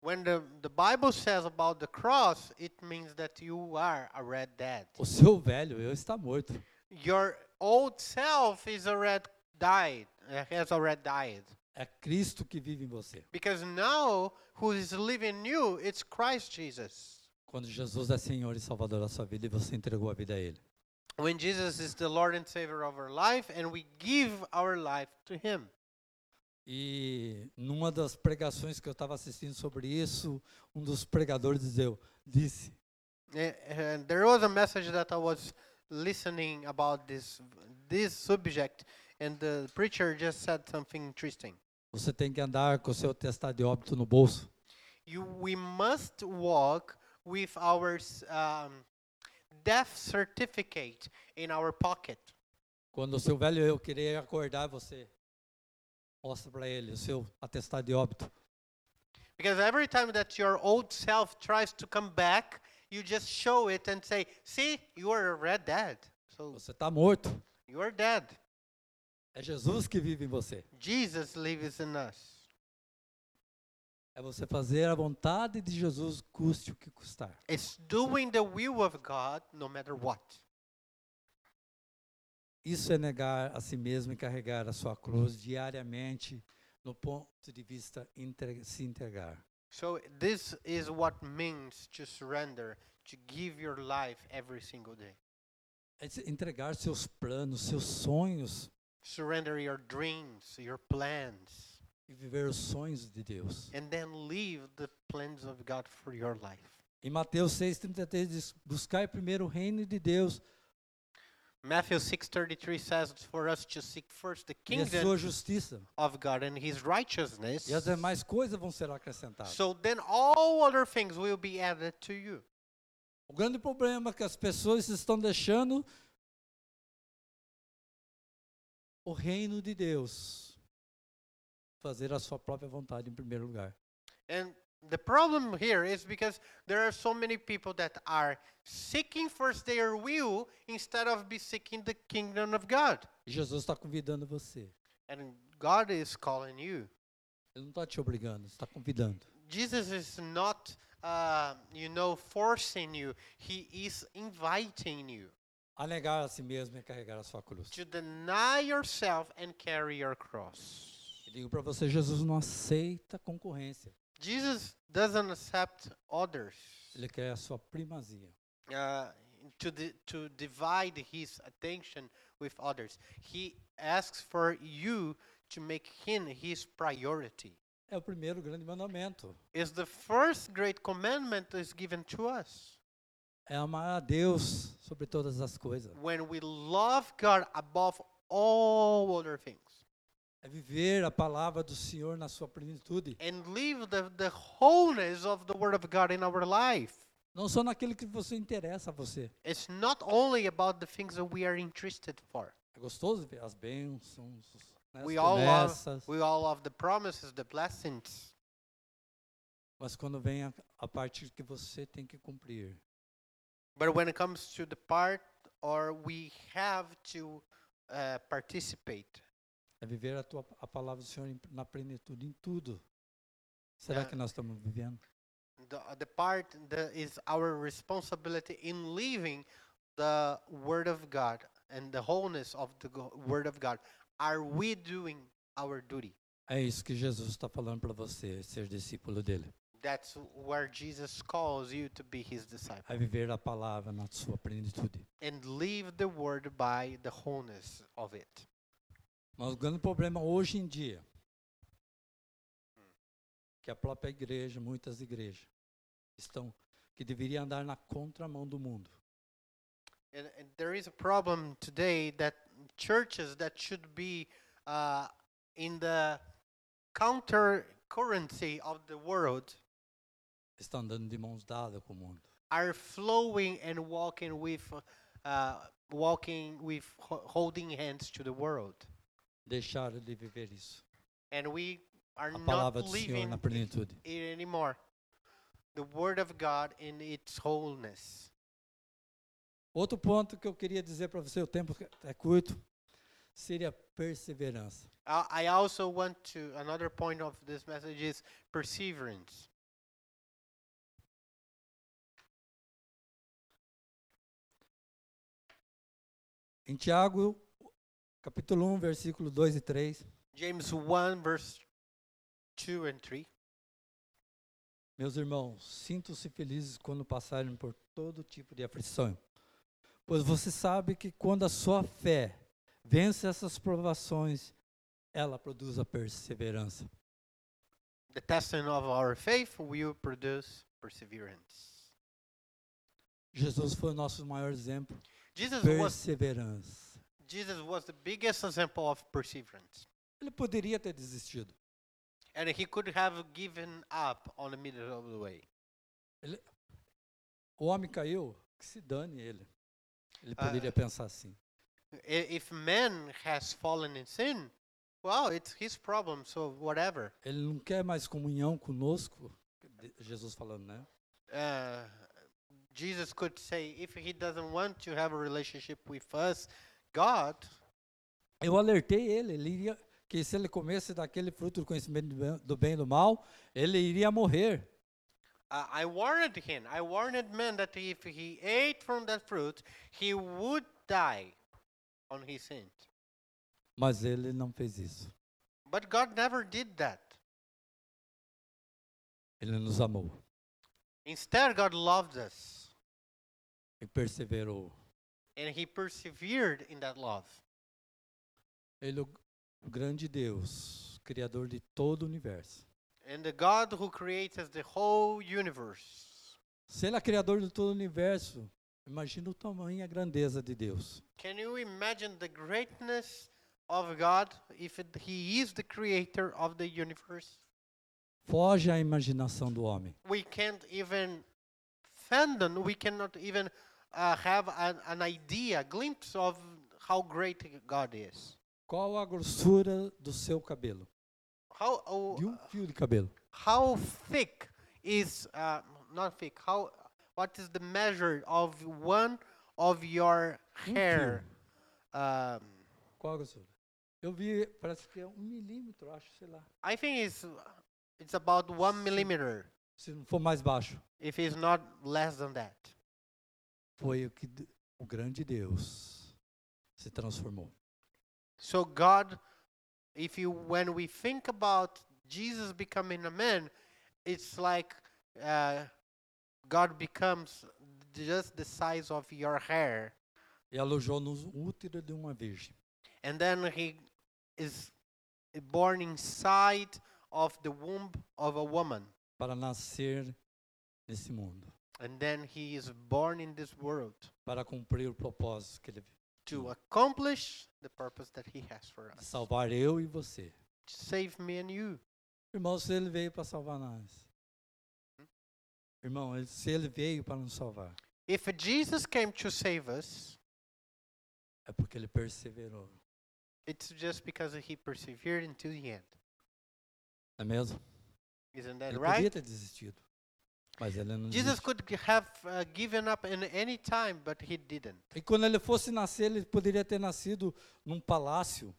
Speaker 2: When the, the Bible says about the cross, it means that you are already dead.
Speaker 1: O seu velho eu está morto.
Speaker 2: Your old self is already died, uh, has already died.
Speaker 1: É Cristo que vive em você.
Speaker 2: Because now who is living in you, it's Christ Jesus.
Speaker 1: Quando Jesus é Senhor e Salvador da sua vida e você entregou a vida a Ele.
Speaker 2: When Jesus is the Lord and Savior of our life and we give our life to him.
Speaker 1: E numa das pregações que eu estava assistindo sobre isso, um dos pregadores dizeu, disse,
Speaker 2: Eh, and there was a message that I was listening about this this subject, and the preacher just said something interesting.
Speaker 1: você tem que andar com o seu testado de óbito no bolso.
Speaker 2: You, we must walk with our s- um, death certificate in our pocket.
Speaker 1: Quando o seu velho eu querer acordar você, mostra para ele o seu atestado de óbito.
Speaker 2: Because every time that your old self tries to come back, you just show it and say, "See, you are already dead. So
Speaker 1: Você está morto.
Speaker 2: you are dead.
Speaker 1: É Jesus que vive em você.
Speaker 2: Jesus lives in us."
Speaker 1: É você fazer a vontade de Jesus, custe o que custar.
Speaker 2: It's doing the will of God, no matter what.
Speaker 1: Isso é negar a si mesmo e carregar a sua cruz diariamente no ponto de vista entre, se entregar.
Speaker 2: So this is what means to surrender, to give your life every single day.
Speaker 1: É se entregar seus planos, seus sonhos
Speaker 2: Surrender your dreams, your plans,
Speaker 1: e viver os sonhos de Deus.
Speaker 2: and then leave the plans of God for your life.
Speaker 1: Em Mateus 6:33 diz: "Buscai primeiro o reino de Deus
Speaker 2: Matthew 6:33 says for us to seek first the
Speaker 1: e a sua
Speaker 2: kingdom
Speaker 1: justiça,
Speaker 2: of God and his righteousness.
Speaker 1: e as demais coisas vão ser acrescentadas."
Speaker 2: So then all other things will be added to you.
Speaker 1: O grande problema é que as pessoas estão deixando o reino de Deus fazer a sua própria vontade em primeiro lugar.
Speaker 2: And the problem here is because there are so many people that are seeking first their will instead of be seeking the kingdom of God.
Speaker 1: E Jesus está convidando você.
Speaker 2: And God is calling you.
Speaker 1: Ele não está te obrigando, está convidando.
Speaker 2: Jesus is not, uh, you know, forcing you. He is inviting you
Speaker 1: A negar a si mesmo e carregar a sua cruz.
Speaker 2: to deny yourself and carry your cross.
Speaker 1: Eu digo para você, Jesus não aceita concorrência.
Speaker 2: Jesus doesn't accept others
Speaker 1: Ele quer a sua primazia.
Speaker 2: uh, to, di- to divide his attention with others. He asks for you to make him his priority.
Speaker 1: É o primeiro grande mandamento.
Speaker 2: Is the first great commandment is given to us.
Speaker 1: É amar a Deus sobre todas as coisas.
Speaker 2: when we love God above all other things
Speaker 1: É viver a palavra do Senhor na sua plenitude.
Speaker 2: and live the, the wholeness of the Word of God in our life.
Speaker 1: Não só naquilo que você interessa a você.
Speaker 2: It's not only about the things that we are interested for.
Speaker 1: É gostoso ver as bênçãos, né, as
Speaker 2: We all love,
Speaker 1: promessas.
Speaker 2: we all love the promises, the blessings.
Speaker 1: Mas quando vem a, a parte que você tem que cumprir,
Speaker 2: But when it comes to the part or we have to uh, participate,
Speaker 1: é viver a, tua, a palavra do Senhor em- na plenitude em tudo. Será
Speaker 2: É.
Speaker 1: que nós estamos vivendo?
Speaker 2: the, uh, the part that is our responsibility in living the Word of God and the wholeness of the go- Word of God, are we doing our duty?
Speaker 1: É isso que Jesus está falando para você, ser discípulo dele.
Speaker 2: That's where Jesus calls you to be his disciple
Speaker 1: É viver a palavra na sua plenitude.
Speaker 2: and live the Word by the wholeness of it.
Speaker 1: Mas o grande problema hoje em dia, que a própria igreja, muitas igrejas, estão que deveriam andar na contramão do mundo.
Speaker 2: And, and there is a problem today that churches that should be uh, in the counter currency of the world
Speaker 1: Estão andando de mãos dadas com o mundo.
Speaker 2: are flowing and walking with uh, uh, walking with ho- holding hands to the world
Speaker 1: Deixaram de viver isso.
Speaker 2: and we are
Speaker 1: A
Speaker 2: not
Speaker 1: palavra do Senhor
Speaker 2: living
Speaker 1: na plenitude.
Speaker 2: it anymore the word of god in its wholeness
Speaker 1: Outro ponto que eu queria dizer para você, o tempo que- é curto, seria perseverança.
Speaker 2: uh, i also want to another point of this message is perseverance
Speaker 1: Em Tiago, capítulo 1, versículo 2 e 3,
Speaker 2: James 1, verse 2 and 3.
Speaker 1: Meus irmãos, sintam-se felizes quando passarem por todo tipo de aflição, pois você sabe que quando a sua fé vence essas provações, ela produz a perseverança.
Speaker 2: The testing of our faith will produce perseverance.
Speaker 1: Jesus foi o nosso maior exemplo.
Speaker 2: Jesus was
Speaker 1: Perseverança.
Speaker 2: Jesus was the biggest example of perseverance.
Speaker 1: Ele poderia ter desistido.
Speaker 2: And he could have given up on the middle of the way.
Speaker 1: O homem caiu, que se dane ele. Ele
Speaker 2: Ah.
Speaker 1: poderia pensar assim.
Speaker 2: I- If man has fallen in sin, well, it's his problem, so whatever.
Speaker 1: Ele não quer mais comunhão conosco. de- Jesus falando, né?
Speaker 2: Uh, Jesus could say, if he doesn't want to have a relationship with us, God,
Speaker 1: Eu alertei ele, ele iria, que se ele comesse daquele fruto do conhecimento do bem- do bem e do mal, ele iria morrer.
Speaker 2: Uh, I warned him. I warned man that if he ate from that fruit, he would die on his sin.
Speaker 1: Mas ele não fez isso.
Speaker 2: But God never did that.
Speaker 1: Ele nos amou
Speaker 2: Instead, God loved us,
Speaker 1: e perseverou.
Speaker 2: and He persevered in that love.
Speaker 1: Ele é o o grande Deus, criador de todo o universo.
Speaker 2: And the God who created the whole universe.
Speaker 1: Se ele é criador de todo o universo, imagina o tamanho e a grandeza de Deus.
Speaker 2: Can you imagine the greatness of God if it, He is the creator of the universe?
Speaker 1: Foge à imaginação do homem.
Speaker 2: we can't even fathom, we cannot even uh, have an, an idea, a glimpse of how great God is.
Speaker 1: Qual a grossura do seu cabelo?
Speaker 2: How oh,
Speaker 1: De um fio de cabelo.
Speaker 2: how thick is uh, not thick? How what is the measure of one of your
Speaker 1: Um
Speaker 2: hair? Um,
Speaker 1: Qual a grossura? Eu vi, parece que é um milímetro, acho, sei lá.
Speaker 2: I think it's it's about one
Speaker 1: Sim.
Speaker 2: millimeter.
Speaker 1: Se não for mais baixo.
Speaker 2: If it's not less than that,
Speaker 1: foi o que d- o grande Deus se transformou.
Speaker 2: So God, if you when we think about Jesus becoming a man, it's like uh, God becomes just the size of your hair,
Speaker 1: E alojou no útero de uma virgem.
Speaker 2: and then he is born inside of the womb of a woman,
Speaker 1: para nascer nesse mundo,
Speaker 2: and then he is born in this world
Speaker 1: para cumprir o propósito que ele
Speaker 2: to accomplish the purpose that he has for
Speaker 1: de
Speaker 2: us.
Speaker 1: salvar eu e você.
Speaker 2: Save me and you. Hum?
Speaker 1: Irmãos, ele veio para salvar nós. Irmão, ele- se ele veio para nos salvar,
Speaker 2: If Jesus came to save us,
Speaker 1: é porque ele perseverou.
Speaker 2: it's just because he persevered until the end.
Speaker 1: Não é mesmo?
Speaker 2: Isn't that
Speaker 1: Ele
Speaker 2: É right?
Speaker 1: podia ter desistido, mas ele não
Speaker 2: Jesus
Speaker 1: desistiu.
Speaker 2: could g- have uh, given up in any time, but he didn't.
Speaker 1: E quando ele fosse nascer, ele poderia ter nascido num palácio.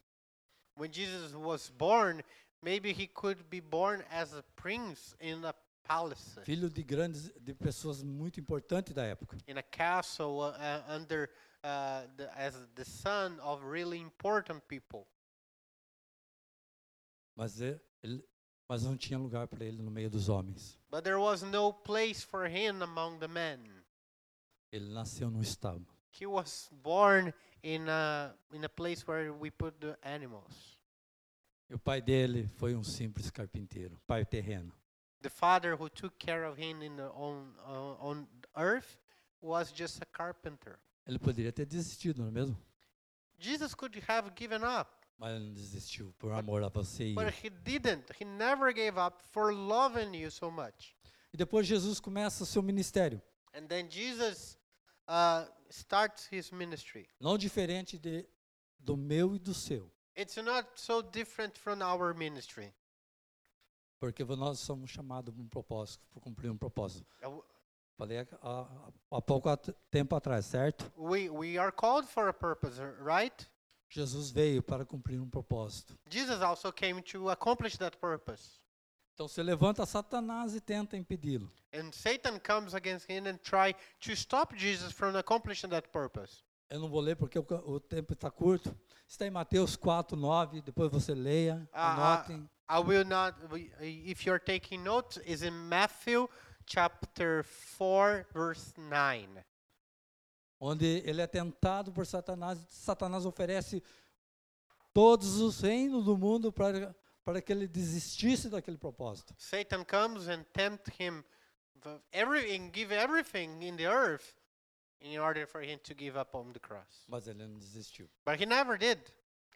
Speaker 2: When Jesus was born, maybe he could be born as a prince in a palace,
Speaker 1: filho de grandes de pessoas muito importantes da época.
Speaker 2: in a castle, uh, uh, under uh, the, as the son of really important people.
Speaker 1: Mas e- ele, mas não tinha lugar para ele no meio dos homens.
Speaker 2: But there was no place for him among the men.
Speaker 1: Ele nasceu num estábulo.
Speaker 2: He was born in a in a place where we put the animals.
Speaker 1: E o pai dele foi um simples carpinteiro, pai terreno.
Speaker 2: The father who took care of him in the on uh, on earth was just a carpenter.
Speaker 1: Ele poderia ter desistido, não é mesmo?
Speaker 2: Jesus could have given up,
Speaker 1: Mas ele não desistiu por amor a você e eu.
Speaker 2: but he didn't. He never gave up for loving you so much.
Speaker 1: E depois Jesus começa o seu ministério,
Speaker 2: And then Jesus uh, starts his ministry.
Speaker 1: não diferente de do meu e do seu,
Speaker 2: It's not so different from our ministry.
Speaker 1: porque vo- nós somos chamados para um propósito, para cumprir um propósito.
Speaker 2: Uh, w-
Speaker 1: Falei há, há- há pouco at- tempo atrás, certo?
Speaker 2: We we are called for a purpose, uh, right?
Speaker 1: Jesus veio para cumprir um propósito.
Speaker 2: Jesus also came to accomplish that purpose.
Speaker 1: Então se levanta Satanás e tenta impedi-lo.
Speaker 2: And Satan comes against him and try to stop Jesus from accomplishing that purpose.
Speaker 1: Eu não vou ler porque o, ca- o tempo está curto. Está em Mateus 4, 9. Depois você leia,
Speaker 2: Ah,
Speaker 1: anotem.
Speaker 2: I will not. we- If you're taking notes, is in Matthew chapter four, verse nine.
Speaker 1: Onde ele é tentado por Satanás. Satanás oferece todos os reinos do mundo para, para que ele desistisse daquele propósito.
Speaker 2: Satan comes and tempt him, v- every and give everything in the earth, in order for him to give up on the cross.
Speaker 1: Mas ele não desistiu
Speaker 2: But he never did.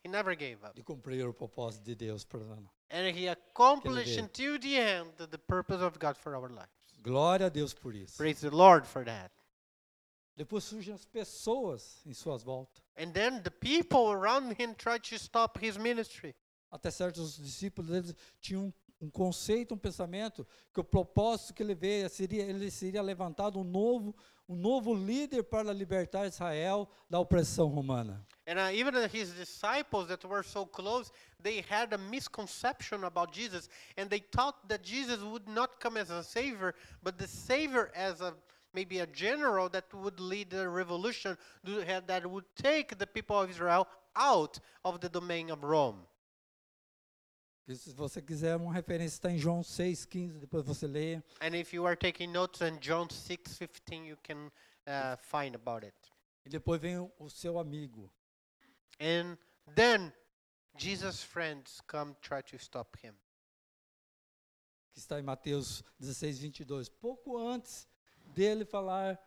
Speaker 2: He never gave up,
Speaker 1: de cumprir o propósito de Deus para nós.
Speaker 2: and he accomplished
Speaker 1: did.
Speaker 2: until the end the purpose of God for our lives.
Speaker 1: Glória a Deus por isso.
Speaker 2: Praise the Lord for that.
Speaker 1: Depois surgem as pessoas em suas voltas.
Speaker 2: And then the people around him tried to stop his ministry.
Speaker 1: Até certos discípulos eles tinham um, um conceito, um pensamento que o propósito que ele veio seria ele seria levantado um novo um novo líder para libertar Israel da opressão romana.
Speaker 2: And uh, even uh, his disciples that were so close, they had a misconception about Jesus, and they thought that Jesus would not come as a savior, but the savior as a maybe a general that would lead a revolution do- had- that would take the people of Israel out of the domain of Rome.
Speaker 1: E se você quiser uma referência está em João 6:15, depois você leia.
Speaker 2: And if you are taking notes on John 6:15, you can uh, find about it.
Speaker 1: E depois vem o, o seu amigo.
Speaker 2: And then Jesus' friends come try to stop him.
Speaker 1: que está em Mateus 16, 22. Pouco antes dele falar,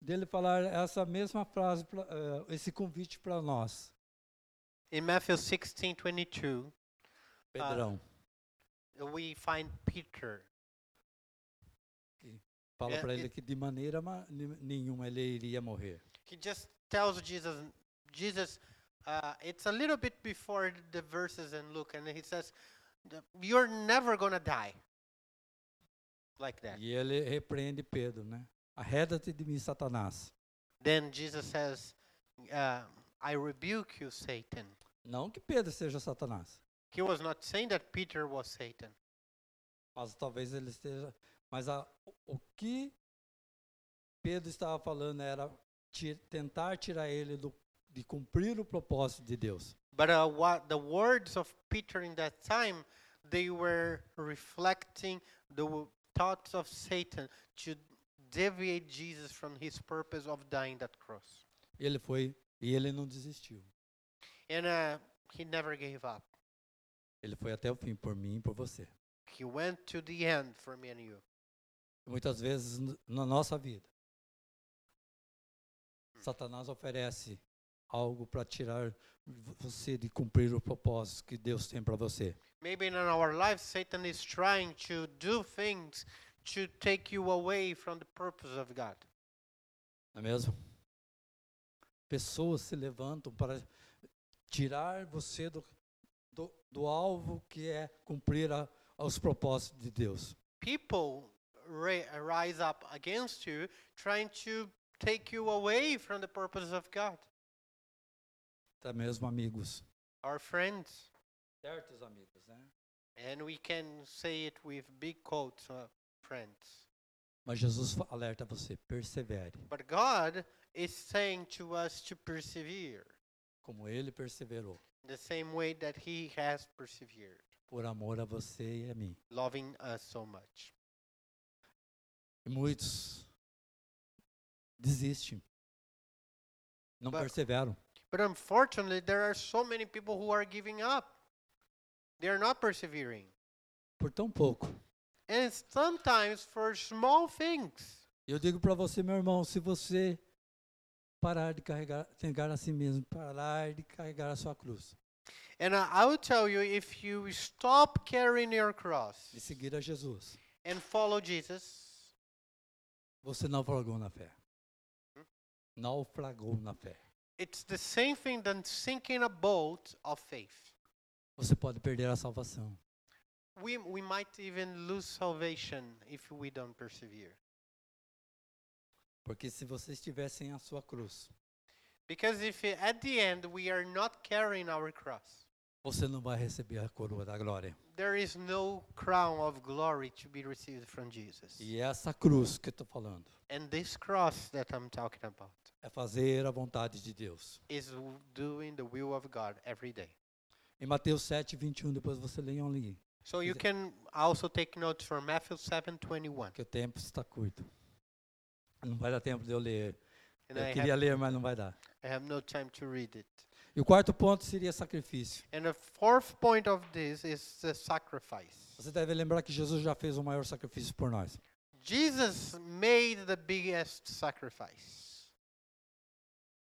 Speaker 1: dele falar essa mesma frase, pra- eh, esse convite para nós,
Speaker 2: In Matthew 16:22,
Speaker 1: Pedrão.
Speaker 2: we find Peter.
Speaker 1: Fala
Speaker 2: é,
Speaker 1: para ele
Speaker 2: e-
Speaker 1: que de maneira ma- ni- nenhuma ele iria morrer.
Speaker 2: He just tells Jesus, Jesus, uh, it's a little bit before the verses in Luke, and he says, "The- "You're never gonna die." Like that.
Speaker 1: E ele repreende Pedro, né? Arreda-te de mim, Satanás.
Speaker 2: Then Jesus says, uh, "I rebuke you, Satan."
Speaker 1: Não que Pedro seja Satanás,
Speaker 2: He was not saying that Peter was Satan.
Speaker 1: mas talvez ele esteja. Mas a, o que Pedro estava falando era ti- tentar tirar ele do, de cumprir o propósito de Deus.
Speaker 2: But uh, what the words of Peter in that time, they were reflecting the w- thoughts of Satan to deviate Jesus from his purpose of dying that cross.
Speaker 1: E ele foi e ele não desistiu.
Speaker 2: And uh, he never gave up.
Speaker 1: Ele foi até o fim por mim e por você.
Speaker 2: He went to the end for me and you.
Speaker 1: Muitas vezes n- na nossa vida, Satanás oferece algo para tirar v- você de cumprir o propósito que Deus tem para você.
Speaker 2: Maybe in our lives, Satan is trying to do things to take you away from the purpose of God.
Speaker 1: Não é mesmo? Pessoas se levantam para tirar você do, do, do alvo que é cumprir a, aos propósitos de Deus.
Speaker 2: People ri- rise up against you, trying to take you away from the purpose of God.
Speaker 1: Tá mesmo, amigos?
Speaker 2: Our friends,
Speaker 1: Certos amigos, né?
Speaker 2: and we can say it with big quotes, uh, friends.
Speaker 1: Mas Jesus fa- alerta você, persevere,
Speaker 2: But God is saying to us to persevere
Speaker 1: como ele perseverou,
Speaker 2: the same way that He has persevered,
Speaker 1: por amor a você e a mim.
Speaker 2: loving us so much.
Speaker 1: E muitos desistem, não
Speaker 2: Ba-
Speaker 1: perseveram.
Speaker 2: But unfortunately, there are so many people who are giving up. They are not persevering.
Speaker 1: por tão pouco.
Speaker 2: And sometimes for small things.
Speaker 1: Eu digo para você, meu irmão, se você parar de carregar, negar a si mesmo, parar de carregar a sua cruz
Speaker 2: And I, I will tell you if you stop carrying your cross
Speaker 1: e seguir a Jesus,
Speaker 2: and follow Jesus,
Speaker 1: você naufragou na fé. Naufragou na fé.
Speaker 2: it's the same thing than sinking a boat of faith.
Speaker 1: Você pode perder a salvação.
Speaker 2: We, we might even lose salvation if we don't persevere.
Speaker 1: Porque se você estiver sem a sua cruz,
Speaker 2: Because if i- at the end we are not carrying our cross,
Speaker 1: você não vai receber a coroa da glória.
Speaker 2: there is no crown of glory to be received from Jesus.
Speaker 1: E é essa cruz que eu estou falando
Speaker 2: And this cross that I'm talking about
Speaker 1: é fazer a vontade de Deus.
Speaker 2: is w- doing the will of God every day.
Speaker 1: Em Mateus 7, 21, depois você leiam ali,
Speaker 2: So you
Speaker 1: Exa-
Speaker 2: can also take notes from Matthew 7:21.
Speaker 1: que o tempo está curto. Não vai dar tempo de eu ler.
Speaker 2: And
Speaker 1: eu
Speaker 2: I
Speaker 1: queria
Speaker 2: have,
Speaker 1: ler, mas não vai dar.
Speaker 2: I have no time to read it.
Speaker 1: E o quarto ponto seria sacrifício.
Speaker 2: And the fourth point of this is the sacrifice.
Speaker 1: Você deve lembrar que Jesus já fez o maior sacrifício por nós.
Speaker 2: Jesus made the biggest sacrifice.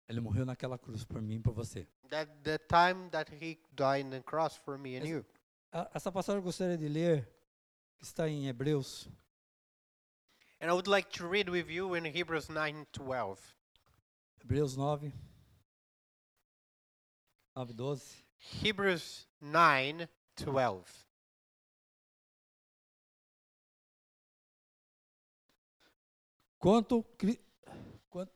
Speaker 1: Ele morreu naquela cruz por mim e por você.
Speaker 2: That the time that he died on the cross for me and
Speaker 1: Ex-
Speaker 2: you.
Speaker 1: A- essa passagem eu gostaria de ler, que está em Hebreus.
Speaker 2: And I would like to read with you in Hebrews 9:12.
Speaker 1: Hebreus 9, 9, 12.
Speaker 2: Hebrews 9:12.
Speaker 1: Quanto, Cri- quan-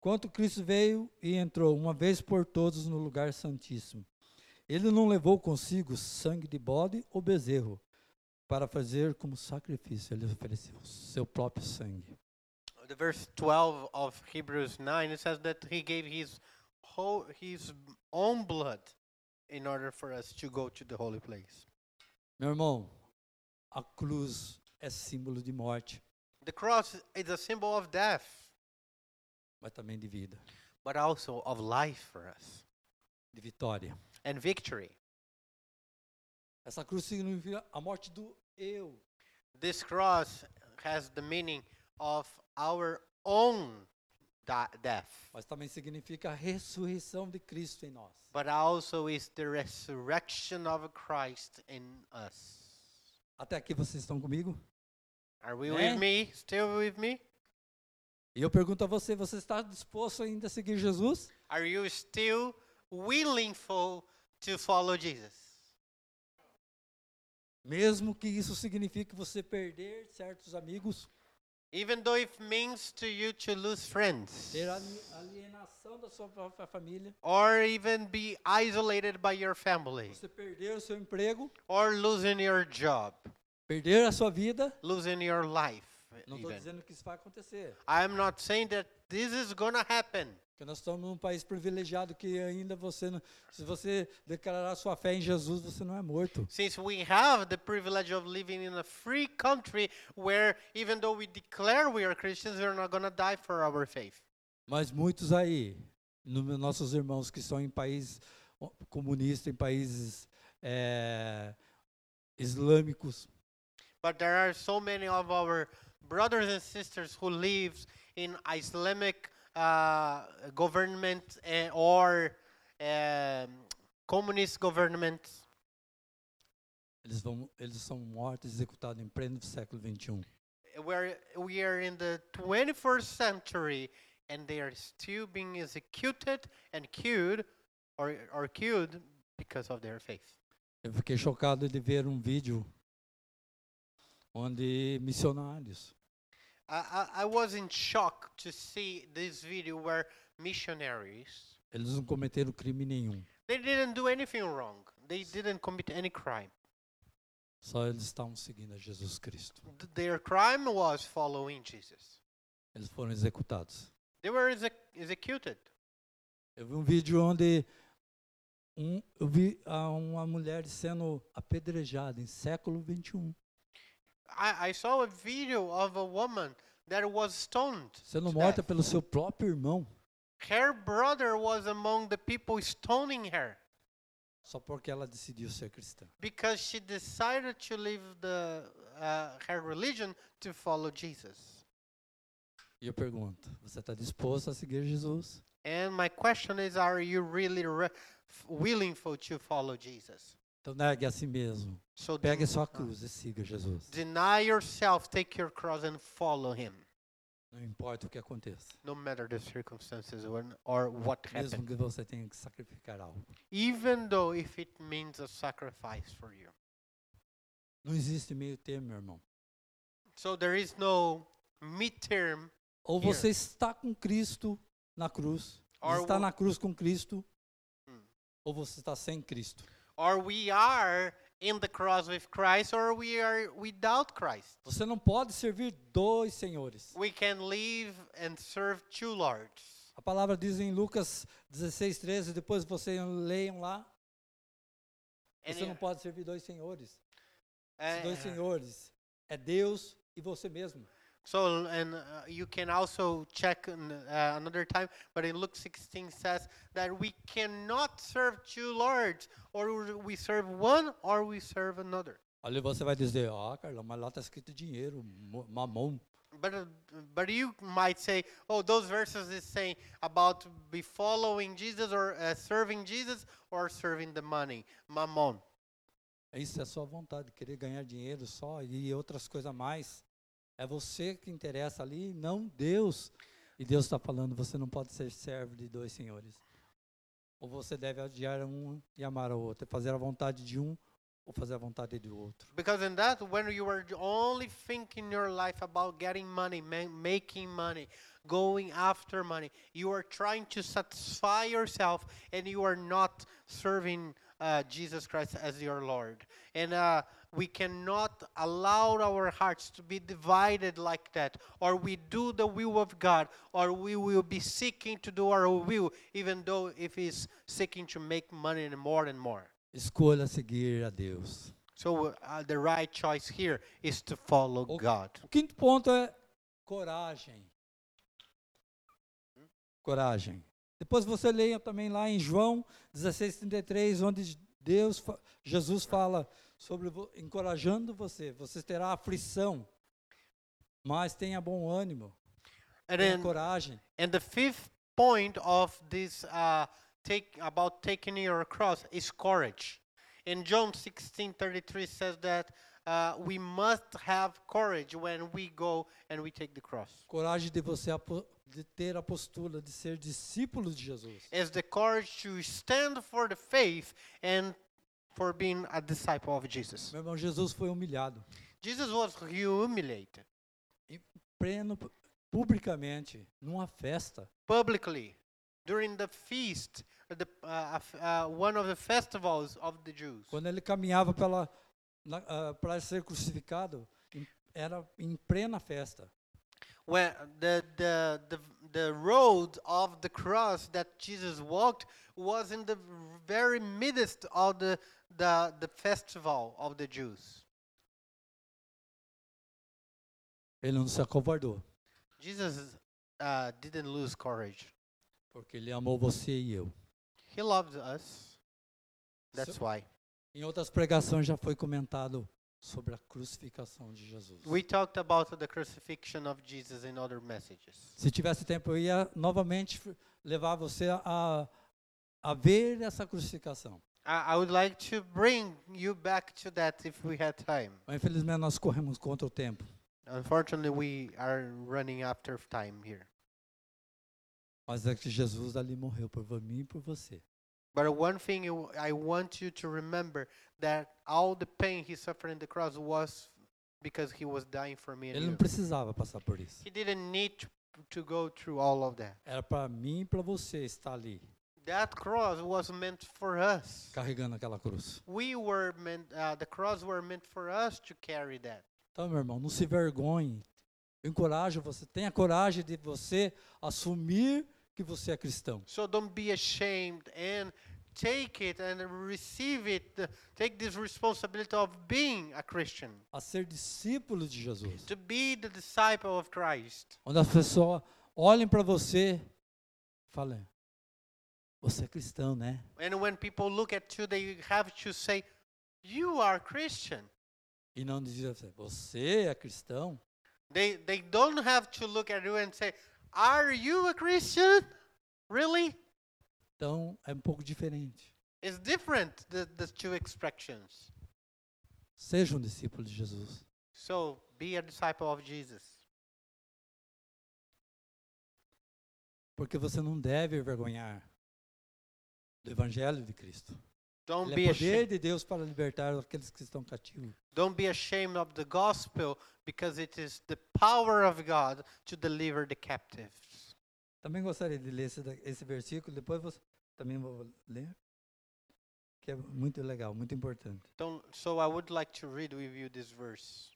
Speaker 1: quanto Cristo veio e entrou uma vez por todos no lugar santíssimo. Ele não levou consigo sangue de bode ou bezerro para fazer como sacrifício. Ele ofereceu seu próprio sangue.
Speaker 2: The verse 12 of Hebrews 9 it says that he gave his whole, his own blood in order for us to go to the holy place.
Speaker 1: Meu irmão, a cruz é símbolo de morte,
Speaker 2: The cross is a symbol of death,
Speaker 1: mas também de vida,
Speaker 2: but also of life for us
Speaker 1: de vitória.
Speaker 2: and victory.
Speaker 1: Essa cruz significa a morte do eu.
Speaker 2: This cross has the meaning of our own da- death,
Speaker 1: Mas também significa a ressurreição de Cristo em nós.
Speaker 2: but also is the resurrection of Christ in us.
Speaker 1: Até aqui vocês estão comigo?
Speaker 2: Are we
Speaker 1: Eh?
Speaker 2: with me? Still with me?
Speaker 1: E eu pergunto a você, você está disposto ainda a seguir Jesus?
Speaker 2: Are you still willing for to follow Jesus?
Speaker 1: Mesmo que isso signifique você perder certos amigos,
Speaker 2: Even though it means to you to lose friends
Speaker 1: ter ali- alienação da sua própria família,
Speaker 2: or even be isolated by your family
Speaker 1: você perder o seu emprego,
Speaker 2: or losing your job,
Speaker 1: perder a sua vida,
Speaker 2: losing your life
Speaker 1: não estou
Speaker 2: even.
Speaker 1: dizendo que isso vai acontecer.
Speaker 2: I'm not saying that this is going to happen
Speaker 1: Porque nós estamos num país privilegiado que ainda você, não, se você declarar sua fé em Jesus, você não é morto.
Speaker 2: since we have the privilege of living in a free country where even though we declare we are Christians, we're not going to die for our faith.
Speaker 1: Mas muitos aí, no, nossos irmãos que estão em países o- comunistas, em países eh, islâmicos,
Speaker 2: But there are so many of our brothers and sisters who live in Islamic uh, government eh, or um, communist government.
Speaker 1: Eles, vão, eles são mortos e executados em pleno século um. XXI.
Speaker 2: Where we are in the 21st century and they are still being executed and killed or, or killed because of their faith.
Speaker 1: Eu fiquei chocado de ver um vídeo onde missionários
Speaker 2: I, I, I was in shock to see this video where missionaries
Speaker 1: eles não cometeram crime nenhum,
Speaker 2: they didn't do anything wrong. They didn't commit any crime.
Speaker 1: só eles estavam seguindo a Jesus Cristo.
Speaker 2: Th- Their crime was following Jesus.
Speaker 1: Eles foram executados.
Speaker 2: They were exec- executed.
Speaker 1: Eu vi um vídeo onde um, eu vi ah, uma mulher sendo apedrejada em século 21,
Speaker 2: I, I saw a video of a woman that was stoned.
Speaker 1: sendo
Speaker 2: to
Speaker 1: morta
Speaker 2: death.
Speaker 1: pelo seu próprio irmão,
Speaker 2: Her brother was among the people stoning her
Speaker 1: só porque ela decidiu ser cristã.
Speaker 2: because she decided to leave the, uh, her religion to follow Jesus.
Speaker 1: E eu pergunto: você está disposto a seguir Jesus?
Speaker 2: And my question is are you really re- f- willing for to follow Jesus?
Speaker 1: Então negue a si mesmo.
Speaker 2: So
Speaker 1: Pegue
Speaker 2: den-
Speaker 1: sua cruz e siga Jesus.
Speaker 2: deny yourself, take your cross and follow him,
Speaker 1: Não importa o que aconteça.
Speaker 2: no matter the circumstances when, or what
Speaker 1: Mesmo
Speaker 2: happened.
Speaker 1: que você tenha que sacrificar algo.
Speaker 2: Even though if it means a sacrifice for you.
Speaker 1: Não existe meio termo, meu irmão.
Speaker 2: So there is no midterm
Speaker 1: Ou
Speaker 2: Here.
Speaker 1: você está com Cristo na cruz,
Speaker 2: Or
Speaker 1: está
Speaker 2: wo-
Speaker 1: na cruz com Cristo,
Speaker 2: Hmm.
Speaker 1: ou você está sem Cristo.
Speaker 2: or we are in the cross with Christ or we are without Christ.
Speaker 1: Você não pode servir dois senhores.
Speaker 2: We can live and serve two lords.
Speaker 1: A palavra diz em Lucas 16, 13, depois vocês leiam lá.
Speaker 2: And
Speaker 1: Você não
Speaker 2: it-
Speaker 1: pode servir dois senhores. Esses dois
Speaker 2: uh,
Speaker 1: senhores é Deus e você mesmo.
Speaker 2: So l- and uh, you can also check in, uh, another time, but in Luke 16 says that we cannot serve two lords, or we serve one or we serve another.
Speaker 1: Olha, você vai dizer, ah, Carlão, mas lá está escrito dinheiro, mo- mamão.
Speaker 2: But uh, but you might say, oh, those verses is saying about be following Jesus or uh, serving Jesus or serving the money, mammon.
Speaker 1: Isso é sua vontade, querer ganhar dinheiro só e outras coisas a mais. É você que interessa ali, não Deus. E Deus está falando, você não pode ser servo de dois senhores. Ou você deve odiar um e amar o outro, fazer a vontade de um ou fazer a vontade do outro.
Speaker 2: Because in that, when you are only thinking your life about getting money, ma- making money, going after money, you are trying to satisfy yourself, and you are not serving uh, Jesus Christ as your Lord. And uh, we cannot allow our hearts to be divided like that, or we do the will of God, or we will be seeking to do our will, even though if He's seeking to make money and more and more.
Speaker 1: Escolha seguir a Deus.
Speaker 2: So uh, the right choice here is to follow
Speaker 1: Okay.
Speaker 2: God.
Speaker 1: O quinto ponto é coragem. Coragem. Depois você leia também lá em João 16:33, onde Deus, fa- Jesus fala sobre vo- encorajando você. Você terá aflição, mas tenha bom ânimo,
Speaker 2: And
Speaker 1: tenha
Speaker 2: then,
Speaker 1: coragem.
Speaker 2: and the fifth point of this uh, take about taking your cross is courage. In John 16:33 says that uh, we must have courage when we go and we take the cross.
Speaker 1: Coragem de você apo- de ter a postura de ser discípulo de Jesus.
Speaker 2: It's the courage to stand for the faith and for being a disciple of Jesus.
Speaker 1: Meu irmão, Jesus foi humilhado,
Speaker 2: Jesus was humiliated
Speaker 1: pleno pu- publicamente numa festa.
Speaker 2: publicly during the feast, the, uh, of, uh, one of the festivals of the Jews.
Speaker 1: Quando ele caminhava pela na- ah, para ser crucificado, em- era em plena festa.
Speaker 2: Where the, the, the, the road of the cross that Jesus walked was in the very midst of the, the, the festival of the Jews.
Speaker 1: Ele não se acovardou,
Speaker 2: Jesus uh, didn't lose courage.
Speaker 1: porque ele amou você e eu.
Speaker 2: He loves us. That's
Speaker 1: So-
Speaker 2: why.
Speaker 1: Em outras pregações já foi comentado sobre a crucificação de Jesus.
Speaker 2: We talked about the crucifixion of Jesus in other messages.
Speaker 1: Se tivesse tempo, eu ia novamente f- levar você a, a ver essa crucificação.
Speaker 2: I, I would like to bring you back to that if we had time.
Speaker 1: Mas infelizmente nós corremos contra o tempo.
Speaker 2: Unfortunately, we are running after time here.
Speaker 1: Mas é que Jesus ali morreu por vo- mim e por você.
Speaker 2: But one thing you- I want you to remember that all the pain he suffered in the cross was because he was dying for me and
Speaker 1: Ele não
Speaker 2: you.
Speaker 1: precisava passar por isso.
Speaker 2: He didn't need to, to go through all of that.
Speaker 1: Era para mim e para você estar ali,
Speaker 2: That cross was meant for us.
Speaker 1: carregando aquela cruz.
Speaker 2: We were meant. Uh, the cross were meant for us to carry that.
Speaker 1: Então, meu irmão, não se vergonhe. Eu encorajo você, tenha coragem de você assumir que você é cristão.
Speaker 2: So don't be ashamed and take it and receive it. uh, Take this responsibility of being a Christian,
Speaker 1: A ser discípulo de Jesus.
Speaker 2: to be the disciple of Christ.
Speaker 1: Onde as pessoas olhem para você e falem, você é cristão, né?
Speaker 2: And when people look at you, they have to say, "You are Christian."
Speaker 1: E não dizer assim, você é cristão?
Speaker 2: They they don't have to look at you and say, "Are you a Christian?" Really,
Speaker 1: Então é um pouco diferente.
Speaker 2: it's different the, the two expressions.
Speaker 1: Seja um discípulo de Jesus.
Speaker 2: So be a disciple of Jesus,
Speaker 1: Porque você não deve envergonhar do evangelho de Cristo.
Speaker 2: don't
Speaker 1: Ele
Speaker 2: be
Speaker 1: é poder
Speaker 2: ashamed.
Speaker 1: de Deus para libertar aqueles que estão cativos.
Speaker 2: Don't be ashamed of the gospel because it is the power of God to deliver the captives.
Speaker 1: Também gostaria de ler esse, da- esse versículo, depois você também vou ler, que é muito legal, muito importante.
Speaker 2: Don't, so I would like to read with you this verse.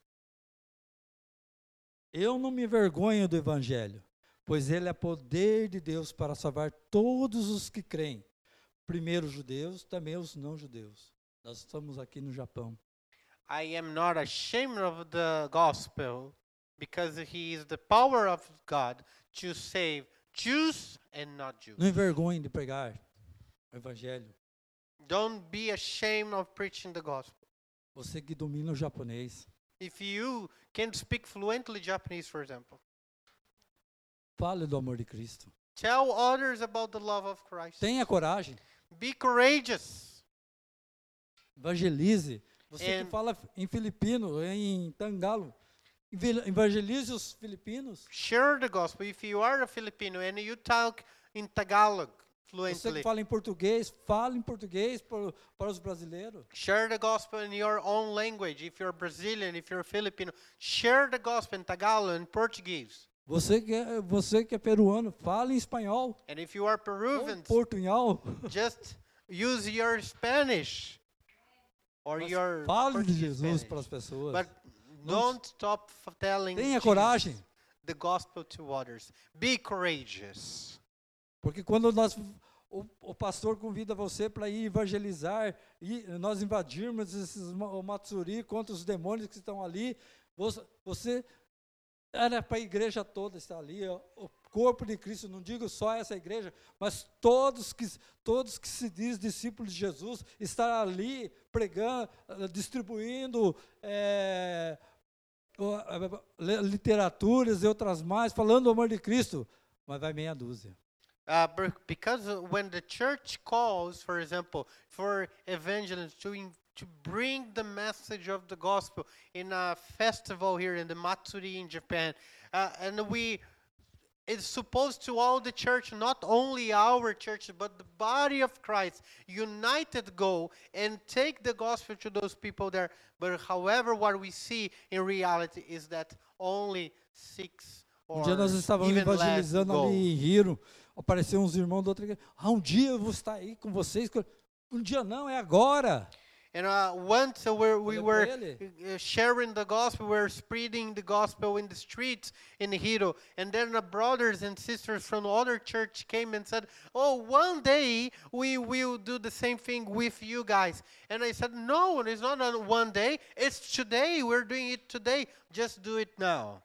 Speaker 1: Eu não me vergonho do evangelho, pois ele é poder de Deus para salvar todos os que creem, primeiro os judeus, também os não judeus. Nós estamos aqui no Japão.
Speaker 2: I am not ashamed of the gospel because he is the power of God to save Jews and not Jews.
Speaker 1: Não envergonhe de pregar o evangelho.
Speaker 2: Don't be ashamed of preaching the gospel.
Speaker 1: Você que domina o japonês,
Speaker 2: If you can speak fluently Japanese, for example,
Speaker 1: fale do amor de Cristo.
Speaker 2: tell others about the love of Christ.
Speaker 1: Tenha coragem,
Speaker 2: Be courageous.
Speaker 1: evangelize. Você
Speaker 2: And-
Speaker 1: que fala em filipino, em tangalo, evil- evangelize os filipinos.
Speaker 2: Share the gospel. If you are a Filipino and you talk in Tagalog
Speaker 1: Você que
Speaker 2: fluently,
Speaker 1: fala em português, fale em português para, para os brasileiros.
Speaker 2: share the gospel in your own language. If you're Brazilian, if you're Filipino, share the gospel in Tagalog and Portuguese.
Speaker 1: Você que é, você que é peruano, fale em espanhol.
Speaker 2: And if you are
Speaker 1: ou
Speaker 2: Peruvian,
Speaker 1: portunhol.
Speaker 2: just use your Spanish or
Speaker 1: Mas
Speaker 2: your
Speaker 1: Fale de
Speaker 2: Portuguese
Speaker 1: Jesus
Speaker 2: Spanish.
Speaker 1: para as pessoas.
Speaker 2: But don't stop f- telling
Speaker 1: Tenha
Speaker 2: Jesus
Speaker 1: coragem.
Speaker 2: the gospel to others. Be courageous.
Speaker 1: Porque quando nós o, o pastor convida você para ir evangelizar e nós invadirmos esses ma- o Matsuri contra os demônios que estão ali, você, você era para a igreja toda estar ali, ó, o corpo de Cristo, não digo só essa igreja, mas todos que todos que se diz discípulos de Jesus estar ali pregando, eh, distribuindo eh, o- a- a- literaturas e outras mais, falando do amor de Cristo, mas vai meia dúzia.
Speaker 2: Uh, ber- because uh, when the church calls, for example, for evangelists to, in, to bring the message of the gospel in a festival here in the Matsuri in Japan, uh, and we it's supposed to all the church, not only our church, but the body of Christ, united go and take the gospel to those people there. But however, what we see in reality is that only six
Speaker 1: Um
Speaker 2: or
Speaker 1: dia nós estávamos
Speaker 2: even less
Speaker 1: evangelizando
Speaker 2: go.
Speaker 1: ali em Hiro, apareceram uns irmãos da outra igreja. Ah, um dia eu vou estar aí com vocês. Um dia não, é agora.
Speaker 2: And uh, once uh, we, we
Speaker 1: Olha pra
Speaker 2: were
Speaker 1: ele.
Speaker 2: uh, sharing the gospel, we were spreading the gospel in the streets in Hiro. And then the brothers and sisters from other church came and said, Oh, one day we will do the same thing with you guys. And I said, No, it's not on one day. It's today. We're doing it today. Just do it now.